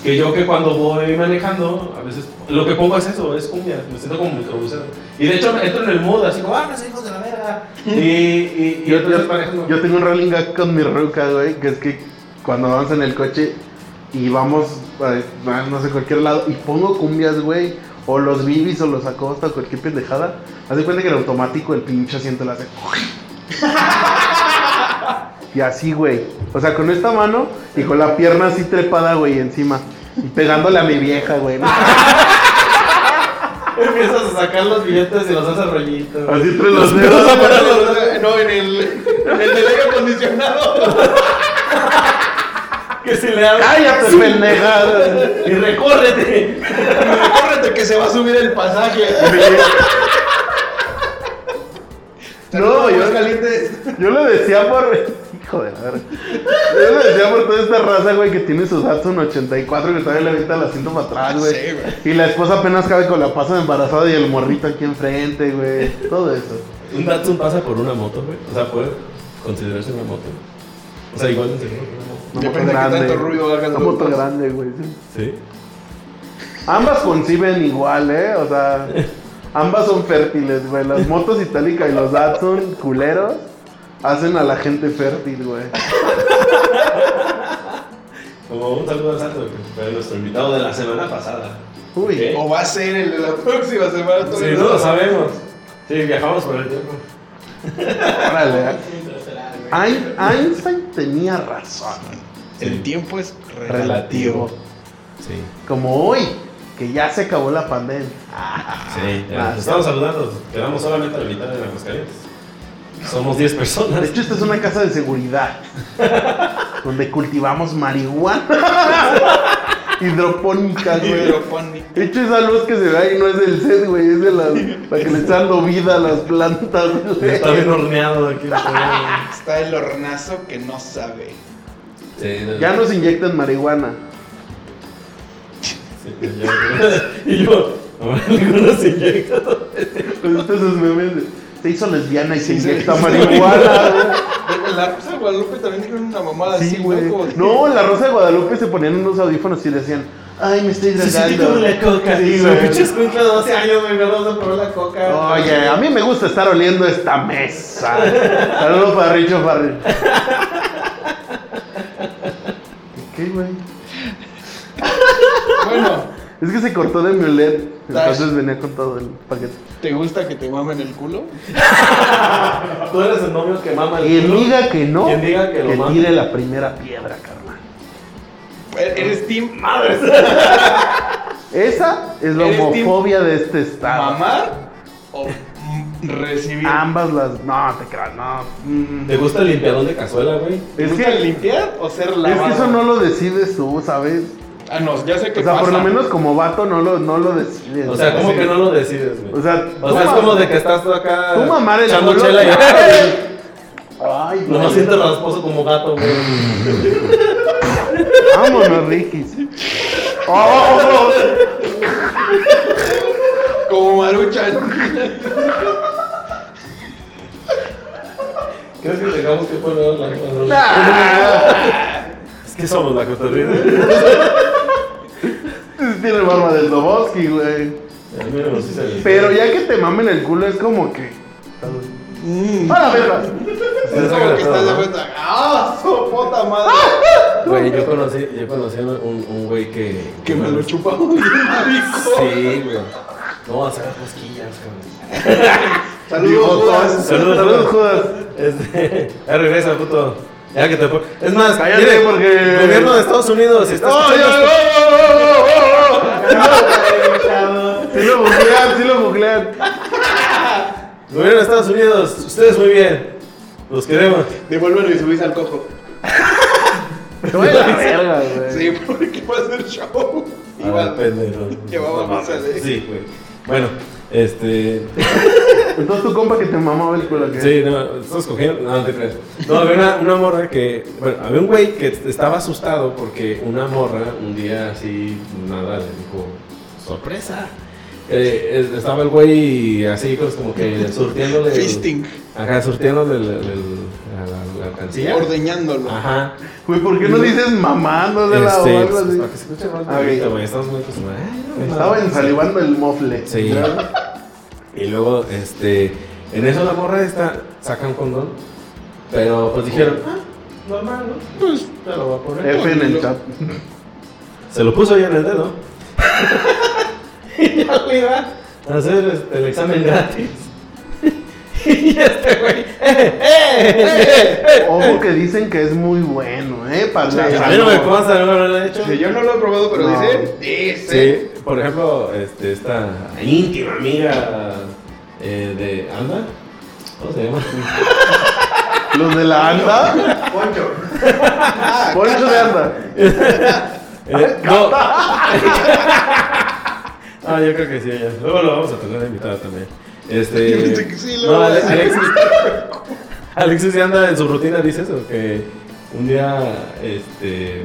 Speaker 2: Que yo que cuando voy manejando, a veces lo que pongo es eso, es cumbia, me siento como microbusero. Y de hecho entro en el mood, así como, ah, no soy hijos de la verga. Y, y, y
Speaker 3: Yo,
Speaker 2: entonces
Speaker 3: yo-
Speaker 2: manejando.
Speaker 3: yo tengo un rolling gag con mi ruca, güey, que es que cuando vamos en el coche y vamos a, a no sé, cualquier lado y pongo cumbias, güey, o los bibis o los acosta, cualquier pendejada, haz de cuenta que el automático, el pinche asiento le hace. y así, güey. O sea, con esta mano y con la pierna así trepada, güey, encima. Y pegándole a mi vieja, güey. ¿no?
Speaker 2: Empiezas a sacar los billetes y los haces rollitos.
Speaker 1: Ah.
Speaker 3: Así entre los dedos.
Speaker 1: No, en el, en el del aire acondicionado.
Speaker 2: Que si le abres.
Speaker 3: ¡Cállate, pendejada!
Speaker 2: Y recórrete.
Speaker 1: Córrete que se va a subir el pasaje.
Speaker 3: No, yo-
Speaker 1: caliente.
Speaker 3: Yo lo decía por. Hijo de la verga. Yo lo decía por toda esta raza, güey, que tiene su Datsun 84 que todavía le avienta el asiento para atrás, güey.
Speaker 1: Ah, Sí, güey.
Speaker 3: Y la esposa apenas cabe con la pasa de embarazada y el morrito aquí enfrente, güey. Todo eso.
Speaker 2: Un Datsun pasa por una moto, güey. O sea, puede considerarse una moto. O sea, igual de seguro que una moto.
Speaker 3: Una
Speaker 1: Depende de qué tanto ruido hagan
Speaker 3: Una
Speaker 1: los
Speaker 3: moto
Speaker 1: dos.
Speaker 3: grande, güey. sí.
Speaker 2: Sí.
Speaker 3: Ambas conciben igual, ¿eh? O sea, ambas son fértiles, güey. Las motos itálicas y los Datsun culeros hacen a la gente fértil, güey.
Speaker 2: Como un saludo a Sandro, que fue nuestro invitado de la semana pasada.
Speaker 3: Uy.
Speaker 2: ¿Qué?
Speaker 1: O va a ser el de la próxima semana.
Speaker 2: Sí, no lo sabemos. Sí, viajamos por el tiempo.
Speaker 3: Órale, ¿eh? Ein- Einstein tenía razón.
Speaker 1: El tiempo es relativo.
Speaker 3: Relativo.
Speaker 2: Sí.
Speaker 3: Como hoy, que ya se acabó la pandemia.
Speaker 2: Sí.
Speaker 3: Ah,
Speaker 2: nos estamos saludando. Quedamos solamente a la mitad de Aguascalientes. Somos 10
Speaker 3: De
Speaker 2: personas.
Speaker 3: hecho, esta es una casa de seguridad. donde cultivamos marihuana. Hidropónica, güey.
Speaker 1: Hidropónico.
Speaker 3: De hecho, esa luz que se ve ahí no es del set, güey. Es de la, la que le está dando vida a las plantas, güey.
Speaker 2: Está bien horneado aquí.
Speaker 1: Está el hornazo que no sabe.
Speaker 2: sí,
Speaker 3: Ya nos inyectan marihuana.
Speaker 2: Sí, yo- y yo, algunos inyectos.
Speaker 3: Pues estos son memes de, Se hizo lesbiana y se
Speaker 1: Sí, se
Speaker 3: inyecta
Speaker 1: hizo
Speaker 3: marihuana, güey.
Speaker 1: La Rosa de Guadalupe también tiene una
Speaker 2: Ah,
Speaker 1: mamada
Speaker 3: Sí,
Speaker 1: así,
Speaker 3: güey.
Speaker 1: Como que-
Speaker 3: No, en la Rosa de Guadalupe se ponían unos audífonos y decían, ay, me estoy hidratando. Sí,
Speaker 2: Sí,
Speaker 3: güey.
Speaker 2: pinche escuincla de 12 años, güey, me vamos a probar la coca.
Speaker 3: Oye, a mí me gusta estar oliendo esta mesa. Saludos para Richo Farrell. ¿Qué, güey?
Speaker 1: Bueno,
Speaker 3: Es que se cortó de mi oler, entonces venía con todo el paquete.
Speaker 1: ¿te gusta que te mamen el culo?
Speaker 2: Tú eres el novio que mama el
Speaker 3: Quien
Speaker 2: culo.
Speaker 3: diga que no,
Speaker 2: Quien diga que lo mame.
Speaker 3: tire la primera piedra, carnal.
Speaker 1: E- Eres team
Speaker 3: Esa es la
Speaker 1: Eres team
Speaker 3: homofobia de este estado.
Speaker 1: mamar o mm, recibir.
Speaker 3: Ambas las... No, te creas, no. Mm.
Speaker 2: ¿Te gusta el limpiadón de cazuela, güey?
Speaker 1: ¿Te
Speaker 3: Es
Speaker 1: gusta
Speaker 3: que-
Speaker 1: limpiar o ser
Speaker 3: Es
Speaker 1: lavado?
Speaker 3: que eso no lo decides tú, ¿sabes?
Speaker 1: Ah, no, ya sé que
Speaker 3: O sea,
Speaker 1: pasa.
Speaker 3: por lo menos como vato no lo, no lo decides.
Speaker 2: O sea,
Speaker 3: ¿sabes?
Speaker 2: ¿cómo que no lo decides, güey?
Speaker 3: O sea,
Speaker 2: O sea, es como de que estás tú acá.
Speaker 3: tú mamar el
Speaker 2: echando
Speaker 3: culo,
Speaker 2: chela y-
Speaker 3: claro, güey. Ay,
Speaker 2: No me
Speaker 3: güey.
Speaker 2: sientes rasposo como gato, güey.
Speaker 3: Vámonos, Ricky. Oh, oh, oh.
Speaker 1: Como Maruchan.
Speaker 2: ¿Crees que tengamos que poner la
Speaker 3: oh.
Speaker 2: cotorrina?
Speaker 3: Ah,
Speaker 2: Es que somos la cotorrina.
Speaker 3: Tiene barba de Sloboski, güey.
Speaker 2: A mí no nos hizo el-
Speaker 3: Pero ya que te mamen el culo es como que. ¡Para verla!
Speaker 1: Es como que estás de vuelta. ¡Ah! ¡Su puta madre!
Speaker 2: Güey, yo conocí, yo conocí a un, un güey que.
Speaker 1: Que me lo chupamos.
Speaker 2: Sí, güey. No, vas a sacar cosquillas, cabrón.
Speaker 1: Saludos, Judas.
Speaker 2: Saludos,
Speaker 3: Saludos, Judas.
Speaker 2: Este. Ya regresa, puto. Ya que te pon- Es más,
Speaker 3: Cállate,
Speaker 2: mire,
Speaker 3: porque-
Speaker 2: Gobierno de Estados Unidos, si estás.
Speaker 3: ¡Oh,
Speaker 2: escuchando
Speaker 3: ya,
Speaker 2: esto-
Speaker 3: oh, oh, oh, oh, oh! Sí lo buclean, sí lo buclean.
Speaker 2: Gobierno de Estados Unidos, ustedes muy bien. Los queremos.
Speaker 1: Devuélvelo y subís al cojo.
Speaker 3: Te voy a la verga, güey.
Speaker 1: Sí, porque va a ser show.
Speaker 2: Ah,
Speaker 1: Igual.
Speaker 2: pendejo.
Speaker 1: Llevaba
Speaker 2: No,
Speaker 1: misa de-
Speaker 2: Sí, güey. Bueno, este.
Speaker 3: Entonces tu compa que te mamaba el culo, ¿qué?
Speaker 2: Sí, no, estamos cogiendo. No, no te creas. No, había una, una morra que. Bueno, había un güey que estaba asustado porque una morra un día así, nada, le dijo: ¡Sorpresa! Eh, es- estaba el güey así, pues como que surtiéndole. el-
Speaker 1: Fisting.
Speaker 2: Acá surtiéndole el, el- el- a la, la alcancía.
Speaker 1: Ordeñándolo.
Speaker 2: Ajá.
Speaker 3: Güey, ¿por qué no dices mamá? No de la
Speaker 2: Este,
Speaker 3: o algo
Speaker 2: pues,
Speaker 3: así.
Speaker 2: para que se escuche más
Speaker 3: Ah, ok.
Speaker 2: bonito, güey. Estamos muy acostumbrados. Ay, no,
Speaker 3: Estaba
Speaker 2: no,
Speaker 3: ensalivando el mofle.
Speaker 2: Sí. Y luego, este. En eso la morra esta saca un condón. Pero pues dijeron, ah, normal, ¿no? Pues te lo voy a poner.
Speaker 3: F en el chat.
Speaker 2: Se lo puso ya en el dedo. y ya le iba a hacer este, el examen gratis. y este güey. ¡Eh, eh, eh, eh!
Speaker 3: Ojo que dicen que es muy bueno, ¿eh? Para la
Speaker 1: Sí,
Speaker 2: A mí no me
Speaker 3: salud.
Speaker 2: consta, no lo han hecho.
Speaker 1: Sí, yo no lo he probado, pero
Speaker 3: No.
Speaker 2: eh.
Speaker 1: dicen. Dicen.
Speaker 2: Sí, por ejemplo, este, esta íntima amiga eh, de Anda. ¿Cómo se llama?
Speaker 3: Los de la anda.
Speaker 4: Poncho.
Speaker 3: Poncho de anda.
Speaker 2: Eh, no. ah, yo creo que sí, ya. Luego lo vamos a tener invitada también.
Speaker 1: Yo pensé que
Speaker 2: Este.
Speaker 1: sí,
Speaker 2: no,
Speaker 1: luego.
Speaker 2: Ale- Alexis. Alexis ya anda en su rutina, dice eso, que un día, este.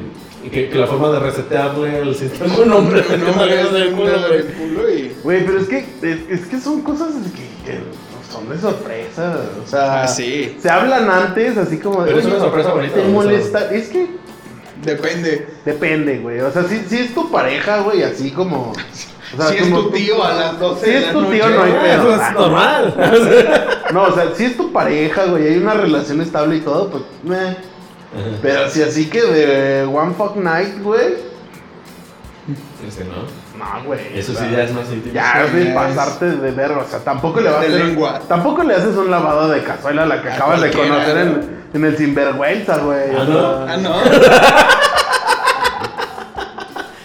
Speaker 2: Que, que la forma de resetearle el sistema un hombre
Speaker 1: No,
Speaker 2: no,
Speaker 1: me hagas
Speaker 2: del
Speaker 1: un
Speaker 2: culo,
Speaker 1: dedo
Speaker 2: güey.
Speaker 1: del culo y.
Speaker 3: Güey, pero es que, es, es que son cosas que, que son de sorpresa. O sea,
Speaker 1: Ah, sí.
Speaker 3: se hablan antes, así como de.
Speaker 2: Pero es
Speaker 3: "Oye,
Speaker 2: una sorpresa bonita.
Speaker 3: Te
Speaker 2: ¿no?
Speaker 3: molesta. Es que
Speaker 1: Depende.
Speaker 3: depende, güey. O sea, si, si es tu pareja, güey, así como. o sea,
Speaker 1: si es
Speaker 3: como
Speaker 1: tu tío a las 12
Speaker 3: Si
Speaker 1: de
Speaker 3: es
Speaker 1: la
Speaker 3: tu
Speaker 1: noche,
Speaker 3: tío, no hay
Speaker 2: Ah,
Speaker 3: pedo.
Speaker 2: Eso es normal.
Speaker 3: No, o sea, si es tu pareja, güey, hay una relación estable y todo, pues. meh. Pero si así que de One Fuck Night, güey.
Speaker 2: Este, ¿no?
Speaker 3: No, güey.
Speaker 2: Eso
Speaker 3: o
Speaker 2: sí
Speaker 3: sea,
Speaker 2: ya es más íntimo.
Speaker 3: Ya,
Speaker 1: Sí,
Speaker 3: güey,
Speaker 1: ya es-
Speaker 3: pasarte de verga. O sea, tampoco le vas a
Speaker 1: De
Speaker 3: hacer-
Speaker 1: lengua.
Speaker 3: Tampoco le haces un lavado de cazuela a la que
Speaker 1: A
Speaker 3: acabas de
Speaker 1: cualquiera,
Speaker 3: conocer
Speaker 1: ¿no?
Speaker 3: en, en el sinvergüenza, güey.
Speaker 2: Ah,
Speaker 3: o
Speaker 2: ¿no?
Speaker 1: Ah,
Speaker 3: sea,
Speaker 1: no.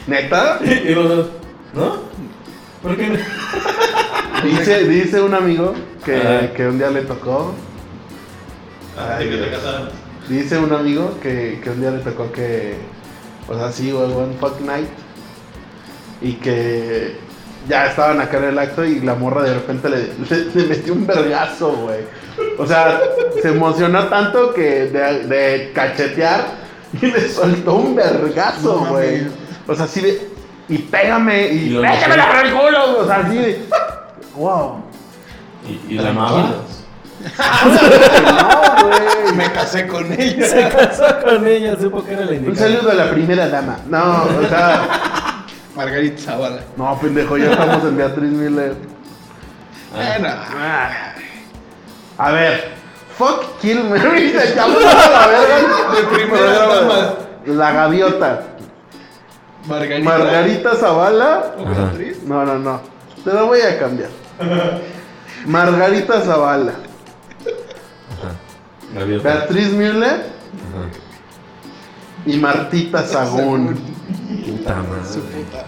Speaker 3: ¿Neta?
Speaker 2: Y los dos, ¿no? ¿Por qué no?
Speaker 1: Ah,
Speaker 3: Dice, dice un amigo que,
Speaker 2: Ah.
Speaker 3: que un día le tocó.
Speaker 4: Así que Ah, te casaron.
Speaker 3: Dice un amigo que, que un día le tocó que. O sea, sí, güey, One Fuck Night. Y que. Ya estaban acá en el acto y la morra de repente le, le- le metió un vergazo, güey. O sea, se emocionó tanto que de, de cachetear y le soltó un vergazo,
Speaker 1: No mames.
Speaker 3: güey. o sea, así de. Y pégame, y,
Speaker 2: Y lo
Speaker 3: pégamela
Speaker 2: metió.
Speaker 3: por el culo, güey. O sea, así de. ¡Wow!
Speaker 2: ¿Y, y la amaba?
Speaker 3: No, güey.
Speaker 1: Me casé con ella.
Speaker 2: Se casó con ella, supo que era la
Speaker 3: Un
Speaker 2: indicada.
Speaker 3: saludo a la primera dama. No, o sea.
Speaker 1: Margarita Zavala.
Speaker 3: No, pendejo, ya estamos en Beatriz Miller.
Speaker 2: Ah.
Speaker 1: Eh, no.
Speaker 3: A ver, fuck Kill Mary, se acabó la verga.
Speaker 1: De primera dama.
Speaker 3: La gaviota.
Speaker 1: Margarita.
Speaker 3: Margarita Zavala.
Speaker 1: ¿O
Speaker 2: Ajá.
Speaker 1: actriz?
Speaker 3: No, no, no. Te la voy a cambiar. Margarita Zavala.
Speaker 2: Gaviota.
Speaker 3: Beatriz Müller y Martita Sagún.
Speaker 2: Puta
Speaker 1: Su
Speaker 2: madre.
Speaker 1: puta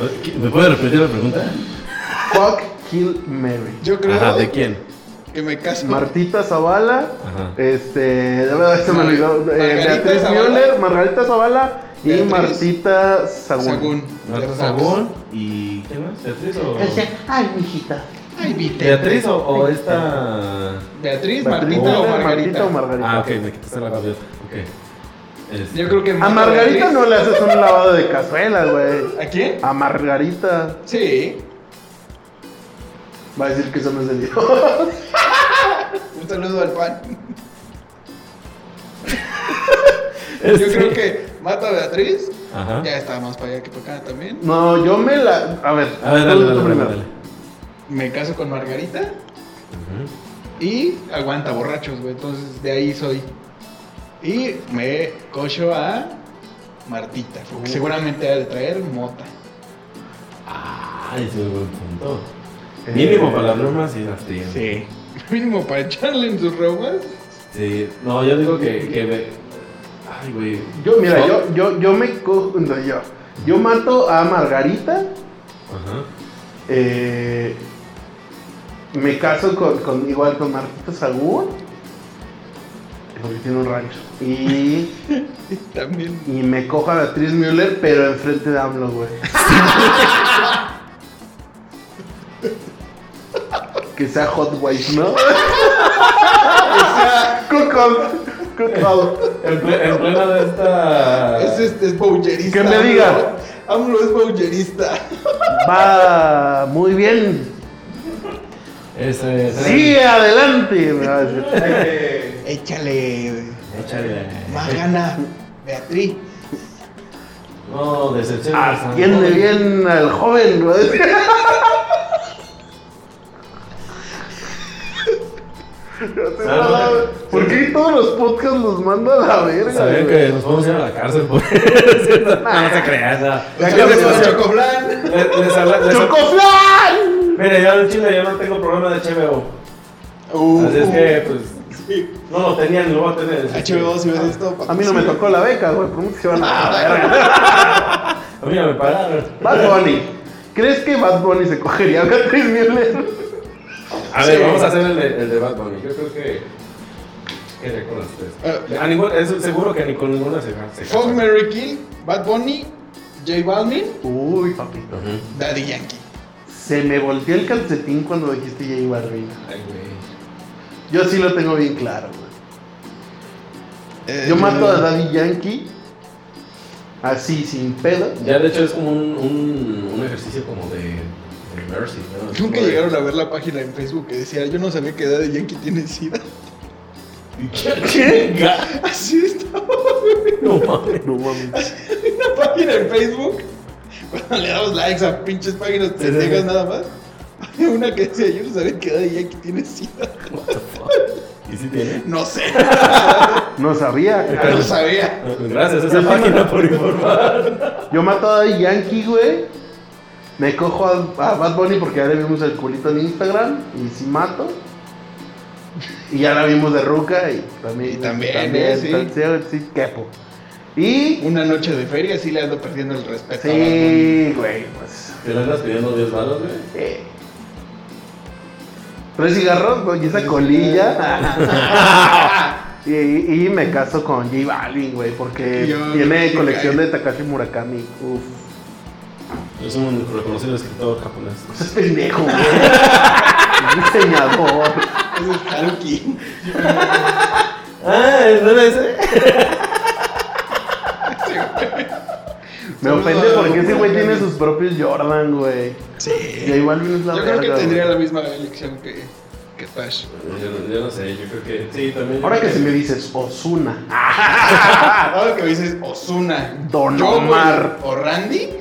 Speaker 1: madre.
Speaker 2: ¿Me puede repetir la pregunta?
Speaker 3: Fuck Kill Mary.
Speaker 1: Yo creo
Speaker 2: Ajá, ¿de quién?
Speaker 1: que me caso.
Speaker 3: Martita Zavala.
Speaker 2: Ajá.
Speaker 3: Este. ya me- Se me olvidó. eh,
Speaker 1: Margarita
Speaker 3: Beatriz
Speaker 1: Zavala.
Speaker 3: Müller, Margarita Zavala y
Speaker 1: Beatriz
Speaker 3: Martita Sagún.
Speaker 1: Según.
Speaker 2: Marta
Speaker 1: de
Speaker 2: Sagún y. ¿Qué más? ¿Beatriz o.?
Speaker 3: ay, mijita.
Speaker 1: Fox. Ay, Vite.
Speaker 2: ¿Beatriz o, o esta.?
Speaker 1: Beatriz,
Speaker 3: Beatriz
Speaker 1: Martita o
Speaker 3: Müller,
Speaker 1: Margarita.
Speaker 3: Martita o Margarita.
Speaker 2: Ah, ok, me quitaste la gaviota. Ok. Este,
Speaker 1: Yo creo que.
Speaker 3: A
Speaker 1: Marta
Speaker 3: Margarita
Speaker 1: Beatriz.
Speaker 3: no le haces un lavado de cazuela, güey.
Speaker 1: ¿A quién?
Speaker 3: A Margarita
Speaker 1: Sí.
Speaker 3: va a decir que eso no es de Dios.
Speaker 1: Un saludo al pan.
Speaker 2: este-
Speaker 1: Yo creo que mata a Beatriz.
Speaker 2: Ajá.
Speaker 1: Ya está más para allá que para acá también.
Speaker 3: No, yo me la. A ver,
Speaker 2: A ver, dale,
Speaker 3: tú- tú
Speaker 2: dale, dale.
Speaker 3: primero.
Speaker 2: dale.
Speaker 1: Me caso con Margarita
Speaker 2: Ujú.
Speaker 1: y aguanta borrachos, güey. Entonces de ahí soy. Y me cocho a Martita. porque
Speaker 3: Uh.
Speaker 1: Seguramente ha de traer mota.
Speaker 2: Ay, ese es buen punto.
Speaker 3: Eh,
Speaker 2: Mínimo para las bromas y las tías.
Speaker 1: Sí. Mínimo para echarle en sus ropas.
Speaker 2: Sí, no, yo digo que. que me- Ay, güey.
Speaker 3: Yo, mira, yo, yo, yo me cojo. no, yo. Yo mato a Margarita.
Speaker 2: Ajá.
Speaker 3: eh, me caso con, con- igual con Martita Sagún. Porque tiene un rancho. Y.
Speaker 1: Y también.
Speaker 3: Y me cojo a Beatriz Müller, pero enfrente de AMLO, güey. que sea Hot Wife, ¿no? que sea Cook Cook
Speaker 2: En, ple- en plena de esta.
Speaker 1: Es, es, es bowlerista,
Speaker 3: Que me
Speaker 1: AMLO. ¿eh?
Speaker 3: diga.
Speaker 1: AMLO es bowlerista.
Speaker 3: Va muy bien.
Speaker 2: Este,
Speaker 3: ¡Sí, adelante! Me va a decir.
Speaker 4: Eh,
Speaker 1: Échale
Speaker 2: Échale.
Speaker 1: más gana, Beatriz.
Speaker 2: No, decepción.
Speaker 3: Atiende Ah, bien al joven, me va a decir. ¿Por qué todos los podcasts los manda a la verga?
Speaker 2: Saben
Speaker 3: güey?
Speaker 2: que nos podemos ir a la cárcel por eso. No, no se crean. no.
Speaker 1: La
Speaker 2: Yo
Speaker 1: cara
Speaker 2: les-
Speaker 1: de Chocoblan.
Speaker 2: les- les habla- les-
Speaker 3: ¡Chocoflan!
Speaker 2: Mire, yo en Chile yo no tengo problema de HBO.
Speaker 1: Uh,
Speaker 2: Así es que, pues. No lo tenía ni lo voy a tener.
Speaker 1: HBO, si ves esto. Ah,
Speaker 3: A mí no me tocó la beca, güey, por mucho que se van a la verga.
Speaker 2: A mí no me pagaron.
Speaker 3: Bad Bunny. ¿Crees que Bad Bunny se cogería a Beatriz Müller?
Speaker 2: A ver, vamos a hacer el de, el de Bad Bunny. Yo creo que. ¿Qué recuerdas
Speaker 1: Eh,
Speaker 2: A ningún- es seguro que ni con ninguna se se casa.
Speaker 1: Fuck Mary Kill, Bad Bunny, J Balvin,
Speaker 3: Uy, papito.
Speaker 2: Ujú.
Speaker 1: Daddy Yankee.
Speaker 3: Se me volteó el calcetín cuando dijiste J Balvin.
Speaker 2: Ay, güey.
Speaker 3: Yo sí lo tengo bien claro, güey.
Speaker 1: Eh,
Speaker 3: Yo mato a Daddy Yankee. Así, sin pedo.
Speaker 2: Ya de hecho es como un, un, un ejercicio como de, de mercy. ¿no? Es
Speaker 1: Nunca
Speaker 2: como de-
Speaker 1: llegaron a ver la página en Facebook que decía, yo no sabía que Daddy Yankee tiene sida.
Speaker 2: ¿Qué?
Speaker 1: Así estaba
Speaker 2: No mames.
Speaker 3: No mames.
Speaker 1: la página en Facebook. Cuando le damos likes a pinches páginas pendejas nada más. Había una que decía, yo no sabía que Daddy Yankee tiene sida.
Speaker 2: What the fuck. ¿Y si tiene?
Speaker 1: No sé,
Speaker 3: No sabía.
Speaker 1: no sabía.
Speaker 2: Gracias a esa página por informar.
Speaker 3: Yo mato a Daddy Yankee, güey. Me cojo a, a Bad Bunny porque ya le vimos el culito en Instagram. Y si mato. Y ya la vimos de Ruca y también.
Speaker 1: Y también, ¿eh? Sí.
Speaker 3: tal- sí, quepo. Y.
Speaker 1: Una noche de feria sí le ando perdiendo el respeto. a Bad Bunny.
Speaker 3: Sí, güey, pues.
Speaker 2: ¿Te la andas pidiendo 10 balas, güey?
Speaker 3: eh. Tres cigarros, güey, y esa colilla. y, y me caso con J Balvin, güey, porque
Speaker 1: Yo- eh.
Speaker 3: tiene
Speaker 1: yo-
Speaker 3: colección de Takashi Murakami. Uf.
Speaker 2: Es un reconocido escritor japonés.
Speaker 3: Ese es pendejo, güey. Es diseñador.
Speaker 1: Ese es Haruki.
Speaker 2: Ah, ¿es verdad ese?
Speaker 3: Me ofende porque ese güey tiene sus propios Jordan, güey. Y
Speaker 1: Sí.
Speaker 3: ahí Balvin es la
Speaker 1: Eh, Yo creo que
Speaker 3: verga,
Speaker 1: tendría
Speaker 3: güey.
Speaker 1: la misma elección que, que Tash.
Speaker 2: Yo, no- yo no sé, yo creo que sí, también.
Speaker 3: Ahora que si me dices Osuna.
Speaker 1: Ahora que me dices Osuna,
Speaker 3: Ah. Don Omar.
Speaker 1: o Randy,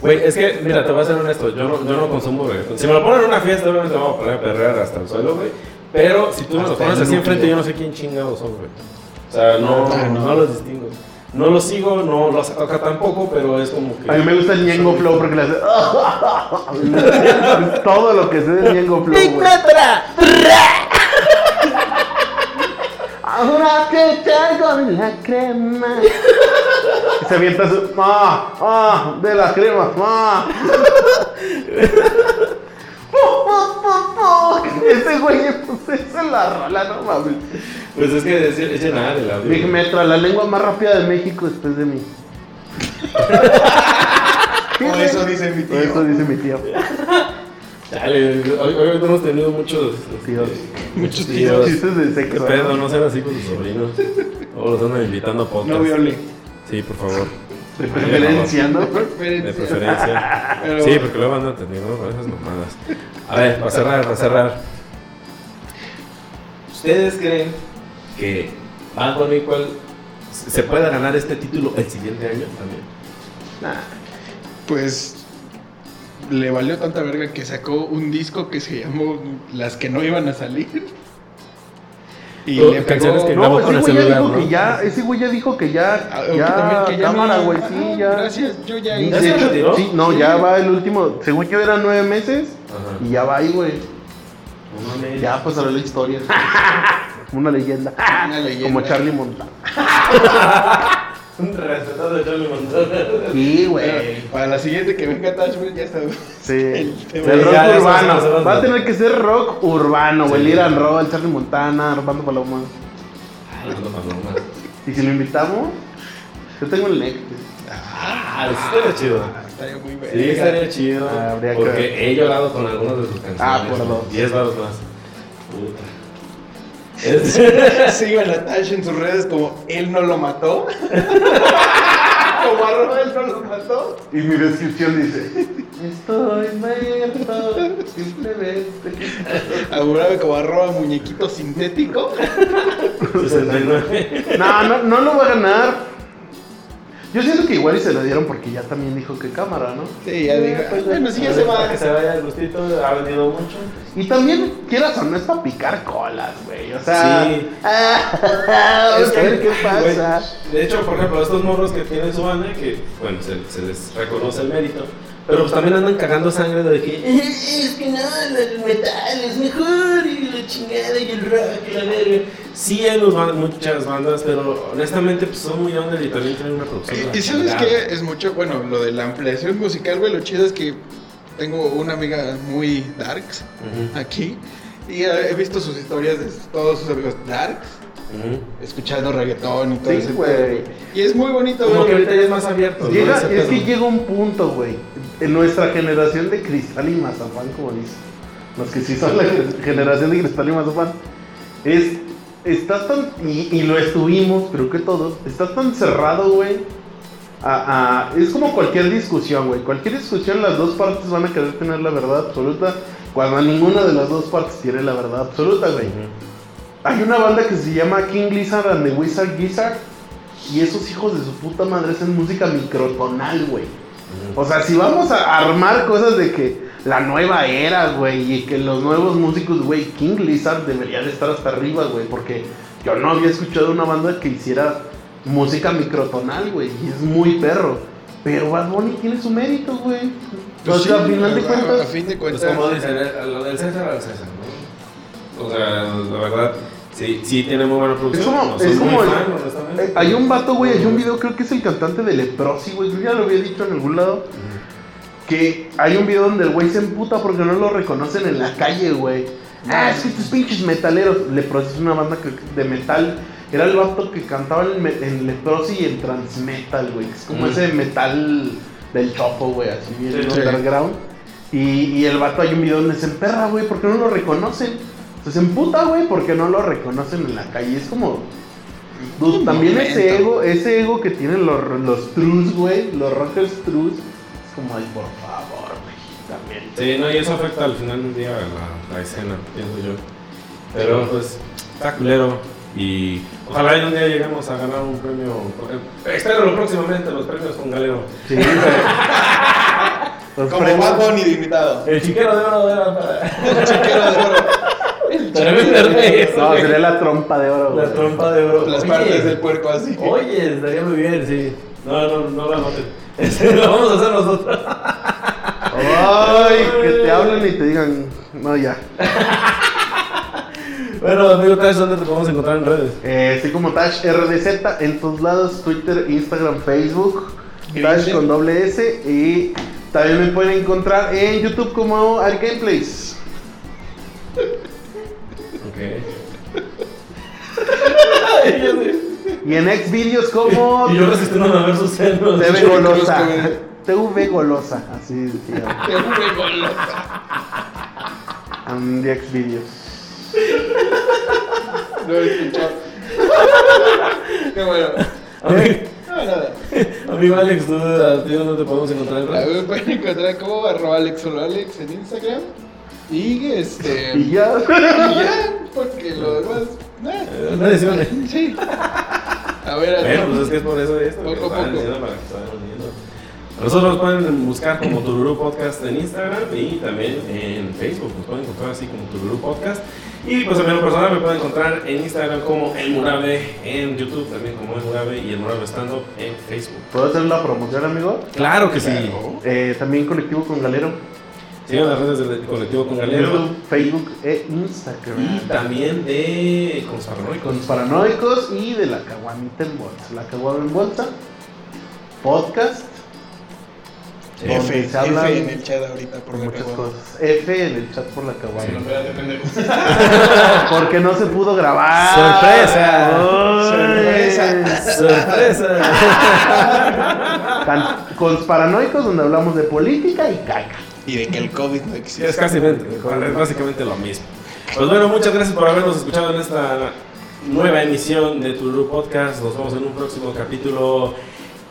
Speaker 2: Güey, es que, mira, te voy a ser honesto, yo no, yo no consumo reggaetón. Si me lo ponen en una fiesta, obviamente me voy a poner a perrear hasta el suelo, güey. Pero si tú me lo
Speaker 3: Hasta
Speaker 2: pones
Speaker 3: el
Speaker 2: así
Speaker 3: núcleo.
Speaker 2: enfrente, yo no sé quién chingados son, güey. O sea, no,
Speaker 1: Ah,
Speaker 2: no,
Speaker 1: no.
Speaker 2: los distingo. No los sigo, no los toca tampoco, pero es como que...
Speaker 3: A mí me gusta el Ñengo Flow porque le hace. Es Todo lo que sé del Ñengo Flow, güey. Ahora que traigo la crema. Y se avienta su. ¡Ah! ¡Ah! De la crema. ¡Ah! Ese güey pues, esa es la rola, no mames.
Speaker 2: Pues es que es, es llenar el audio.
Speaker 3: Big Metro, la lengua más rápida de México después de mí.
Speaker 1: o eso dice mi tío.
Speaker 3: Por eso dice mi tío.
Speaker 2: Chale, hoy, hoy hemos tenido muchos... este,
Speaker 3: Tíos.
Speaker 1: Muchos
Speaker 3: Chistes de
Speaker 2: Qué
Speaker 3: sexo.
Speaker 2: pedo, no sean así con tus sobrinos. O los andan invitando a podcast.
Speaker 1: No viole.
Speaker 2: Sí, por favor.
Speaker 3: De preferencia, ¿no?
Speaker 2: De
Speaker 1: Espérense.
Speaker 2: preferencia.
Speaker 1: Pero-
Speaker 2: Sí, porque luego andan teniendo esas mamadas. A ver, para cerrar, para cerrar. ¿Ustedes creen que Bad Bunny cuál se se pueda ganar este título el siguiente año también?
Speaker 3: Nah.
Speaker 1: Pues le valió tanta verga que sacó un disco que se llamó Las que no iban a salir. Y
Speaker 2: Oh,
Speaker 1: le
Speaker 2: canciones
Speaker 1: pegó.
Speaker 2: que
Speaker 3: No,
Speaker 2: Grabó con
Speaker 3: ese
Speaker 2: el
Speaker 3: güey
Speaker 2: celular,
Speaker 3: ya dijo
Speaker 2: ¿no?
Speaker 3: que ya, ese güey ya dijo que
Speaker 1: Ah,
Speaker 3: ya,
Speaker 1: aunque
Speaker 3: ya,
Speaker 1: también que ya
Speaker 3: cámara,
Speaker 1: no-
Speaker 3: güey,
Speaker 1: Ajá,
Speaker 3: sí, ya.
Speaker 1: Gracias, yo ya
Speaker 3: Sí,
Speaker 2: ¿Ya
Speaker 1: hice.
Speaker 2: se retiró?
Speaker 3: sí, no, ya va el último, según yo eran nueve meses,
Speaker 2: Ajá.
Speaker 3: y ya va ahí, güey, ya pasará la historia. Una leyenda,
Speaker 1: Una leyenda. Eh,
Speaker 3: como Charlie Montana.
Speaker 2: Un respetado de Charlie Montana.
Speaker 3: Sí, güey.
Speaker 1: Pero Para la siguiente que venga Tash, güey, ya está.
Speaker 3: Sí,
Speaker 1: Eh, El
Speaker 3: el,
Speaker 1: tema.
Speaker 2: Ya,
Speaker 3: rock
Speaker 2: ya estamos
Speaker 3: urbano.
Speaker 2: hablando.
Speaker 3: Va a tener que ser rock urbano, güey.
Speaker 2: Sí.
Speaker 3: El Iran Roll, Charlie Montana, Armando Paloma.
Speaker 2: Hablando paloma.
Speaker 3: Y si lo invitamos, yo tengo el link.
Speaker 2: Ah, eso estaría chido.
Speaker 1: Estaría muy verga.
Speaker 2: Sí, estaría chido.
Speaker 3: Ah, habría que-
Speaker 2: porque he llorado con algunas de sus canciones.
Speaker 3: Ah, por dos.
Speaker 2: 10 baros más. Puta. Es-
Speaker 1: Sigan a Tash en sus redes como Él no lo mató. como arroba Él no lo mató.
Speaker 3: Y mi descripción dice: Estoy muerto, simplemente.
Speaker 1: Aburaba como arroba muñequito sintético.
Speaker 2: 69.
Speaker 3: No, no, no lo va a ganar. Yo siento que igual y se lo dieron porque ya también dijo que cámara, ¿no?
Speaker 1: Sí, ya dijo.
Speaker 3: pues,
Speaker 1: "Ah, Bueno, sí, ya se
Speaker 2: Para
Speaker 1: va.
Speaker 2: Que se vaya el gustito, ha vendido mucho.
Speaker 3: Y también, quieras o no, es para picar colas, güey. O sea,
Speaker 2: Sí.
Speaker 3: ah,
Speaker 2: Es
Speaker 3: vamos a
Speaker 2: que,
Speaker 3: ver qué
Speaker 2: güey,
Speaker 3: pasa.
Speaker 2: de hecho, por ejemplo, estos morros que tienen su banda, que bueno, se, se les reconoce el mérito, pero pues también andan cagando sangre de que "Eh, es que no, el metal es mejor y la chingada y el rock y la verga. Sí, hay los ban- muchas bandas, pero honestamente pues, son muy under y también tienen una producción. de
Speaker 1: Y,
Speaker 2: la
Speaker 1: y sabes
Speaker 2: chingada.
Speaker 1: que es mucho, bueno, lo de la ampliación musical, güey, lo chido es que tengo una amiga muy darks
Speaker 2: Ujú,
Speaker 1: aquí y eh, he visto sus historias de todos sus amigos darks
Speaker 2: ujú.
Speaker 1: escuchando reggaetón y todo
Speaker 3: Sí,
Speaker 1: ese pedo,
Speaker 3: güey.
Speaker 1: Y es muy bonito,
Speaker 2: Como
Speaker 1: güey.
Speaker 2: que ahorita ya es más abierto. ¿no?
Speaker 3: Llega-
Speaker 2: Ese
Speaker 3: es que
Speaker 2: pedo.
Speaker 3: llega un punto, güey. En nuestra generación de cristal y mazapán, como dice. Los que sí son la generación de cristal y mazapán. Es. Estás tan. Y, y lo estuvimos, creo que todos. Estás tan cerrado, güey. a- a- es como cualquier discusión, güey. Cualquier discusión, las dos partes van a querer tener la verdad absoluta. Cuando ninguna de las dos partes tiene la verdad absoluta, güey.
Speaker 2: Ujú.
Speaker 3: Hay una banda que se llama King Lizard and the Wizard Gizzard. Y esos hijos de su puta madre hacen música microtonal, güey. O sea, si vamos a armar cosas de que la nueva era, güey, y que los nuevos músicos, güey, King Lizard debería de estar hasta arriba, güey, porque yo no había escuchado una banda que hiciera música microtonal, güey, y es muy perro. Pero Bad Bunny tiene su mérito, güey.
Speaker 1: Pues
Speaker 3: o
Speaker 1: sí,
Speaker 3: sea, a final de
Speaker 1: a- a- A
Speaker 3: cuentas,
Speaker 1: fin de
Speaker 2: Pues
Speaker 1: cuentas.
Speaker 2: como dicen, eh, lo del César al César, ¿no? O sea, la verdad, sí, sí tiene muy buena producción.
Speaker 3: Es como-
Speaker 2: no soy
Speaker 3: es como
Speaker 2: muy
Speaker 3: el-
Speaker 2: fan, honestamente.
Speaker 3: eh, hay un vato, güey, hay un video, creo que es el cantante de Leprosy, güey, yo ya lo había dicho en algún lado. Que hay un video donde el güey se emputa porque no lo reconocen en la calle, güey. Ah, es que estos pinches metaleros. Leprosy es una banda que- de metal. Era el vato que cantaba en, me- en Leprosy y en Transmetal, güey. que Es como
Speaker 2: Mm.
Speaker 3: ese metal del chopo, güey, así bien
Speaker 2: Sí,
Speaker 1: sí.
Speaker 3: underground. Y, y el vato hay un video donde se emperra, güey, porque no lo reconocen. O sea, Pues se emputa, güey, porque no lo reconocen en la calle. Es como. Dude,
Speaker 1: Un
Speaker 3: también ese
Speaker 1: momento.
Speaker 3: ego, ese ego que tienen los, los trus, güey, los rockers trus, es como, ay, por favor, güey, también.
Speaker 2: Sí, no, y eso afecta al final del día a la, la escena, pienso yo. Pero pues, está culero. Y ojalá en un día lleguemos a ganar un premio. eh, Espéralo próximamente, los premios con Galeo.
Speaker 3: Sí, güey. Los
Speaker 1: Como
Speaker 3: premios-
Speaker 1: Bad Bunny de invitado.
Speaker 2: El chiquero de oro era para.
Speaker 1: El chiquero de oro.
Speaker 3: No, sería la trompa de oro, güey.
Speaker 2: La trompa de oro.
Speaker 1: Las
Speaker 2: Oye,
Speaker 1: partes del puerco así.
Speaker 2: Oye, estaría muy bien, sí. No, no, no la noten. Este, lo vamos a hacer nosotros.
Speaker 3: Ay, que te hablen y te digan, no, ya.
Speaker 2: Bueno, amigo Tash, ¿dónde te podemos encontrar en redes?
Speaker 3: Eh, estoy como Tash RDZ en todos lados, Twitter, Instagram, Facebook, Tash
Speaker 1: Grindr.
Speaker 3: con doble S y también me pueden encontrar en YouTube como Ari Gameplays.
Speaker 2: Ok.
Speaker 3: Y en Xvideos como
Speaker 2: y yo resistiéndome a ver sus celos.
Speaker 3: TV
Speaker 1: Yo
Speaker 3: Golosa.
Speaker 1: creo que-
Speaker 3: TV Golosa, así se llama.
Speaker 1: Te juro, golosa.
Speaker 3: And the Xvideos.
Speaker 1: Lo he escuchado. Qué bueno.
Speaker 2: Amigo,
Speaker 1: No, nada.
Speaker 2: amigo Alex, ¿tú a ti dónde te podemos encontrar en
Speaker 1: A
Speaker 2: redes?
Speaker 1: mí me pueden encontrar como arroba Alex solo Alex en Instagram. Y este.
Speaker 3: Y ya.
Speaker 1: y ya, porque lo demás. nah,
Speaker 2: Eh, Nadie se une.
Speaker 1: sí. A ver, a
Speaker 2: Bueno, pues es que es por eso esto.
Speaker 1: Poco a
Speaker 2: que
Speaker 1: poco.
Speaker 2: estaban diciendo para que estaban uniendo. A Nosotros nos pueden buscar como Tururú Podcast en Instagram y también en Facebook. Nos pueden encontrar así como Tururú Podcast. Y pues a mí en lo personal me pueden encontrar en Instagram como El Murabe, en YouTube también como El Murabe y El Murabe Stand Up en Facebook.
Speaker 3: ¿Puedo hacer la promoción, amigo?
Speaker 2: Claro que sí.
Speaker 3: Eh, también colectivo con Galero.
Speaker 2: Sigan las redes del colectivo con Galero.
Speaker 3: YouTube, Facebook e
Speaker 2: Y
Speaker 3: Instagram.
Speaker 2: también de Consparanoicos.
Speaker 3: Con los paranoicos y de la caguamita en bolsa. La caguama en bolsa. Podcast.
Speaker 1: F,
Speaker 3: donde se hablan
Speaker 1: F en el chat ahorita por la
Speaker 3: muchas
Speaker 1: cagada.
Speaker 3: cosas. F en el chat por la caguama.
Speaker 4: espérate, pendejo.
Speaker 3: Porque no se pudo grabar.
Speaker 2: Ah, Sorpresa.
Speaker 3: Ay.
Speaker 1: Sorpresa.
Speaker 2: ¡Sorpresa!
Speaker 3: Tan- con los paranoicos donde hablamos de política y caca.
Speaker 1: Y de que el COVID no
Speaker 2: Sí, es
Speaker 1: existe.
Speaker 2: casi es básicamente lo mismo. Pues bueno, muchas gracias por habernos escuchado en esta nueva emisión de Tururu Podcast. Nos vemos en un próximo capítulo.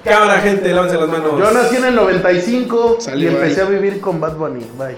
Speaker 2: Cámara, gente, lávense las manos.
Speaker 3: Yo nací en el 95
Speaker 1: Sale,
Speaker 3: y empecé
Speaker 1: bye.
Speaker 3: a vivir con Bad Bunny. Bye.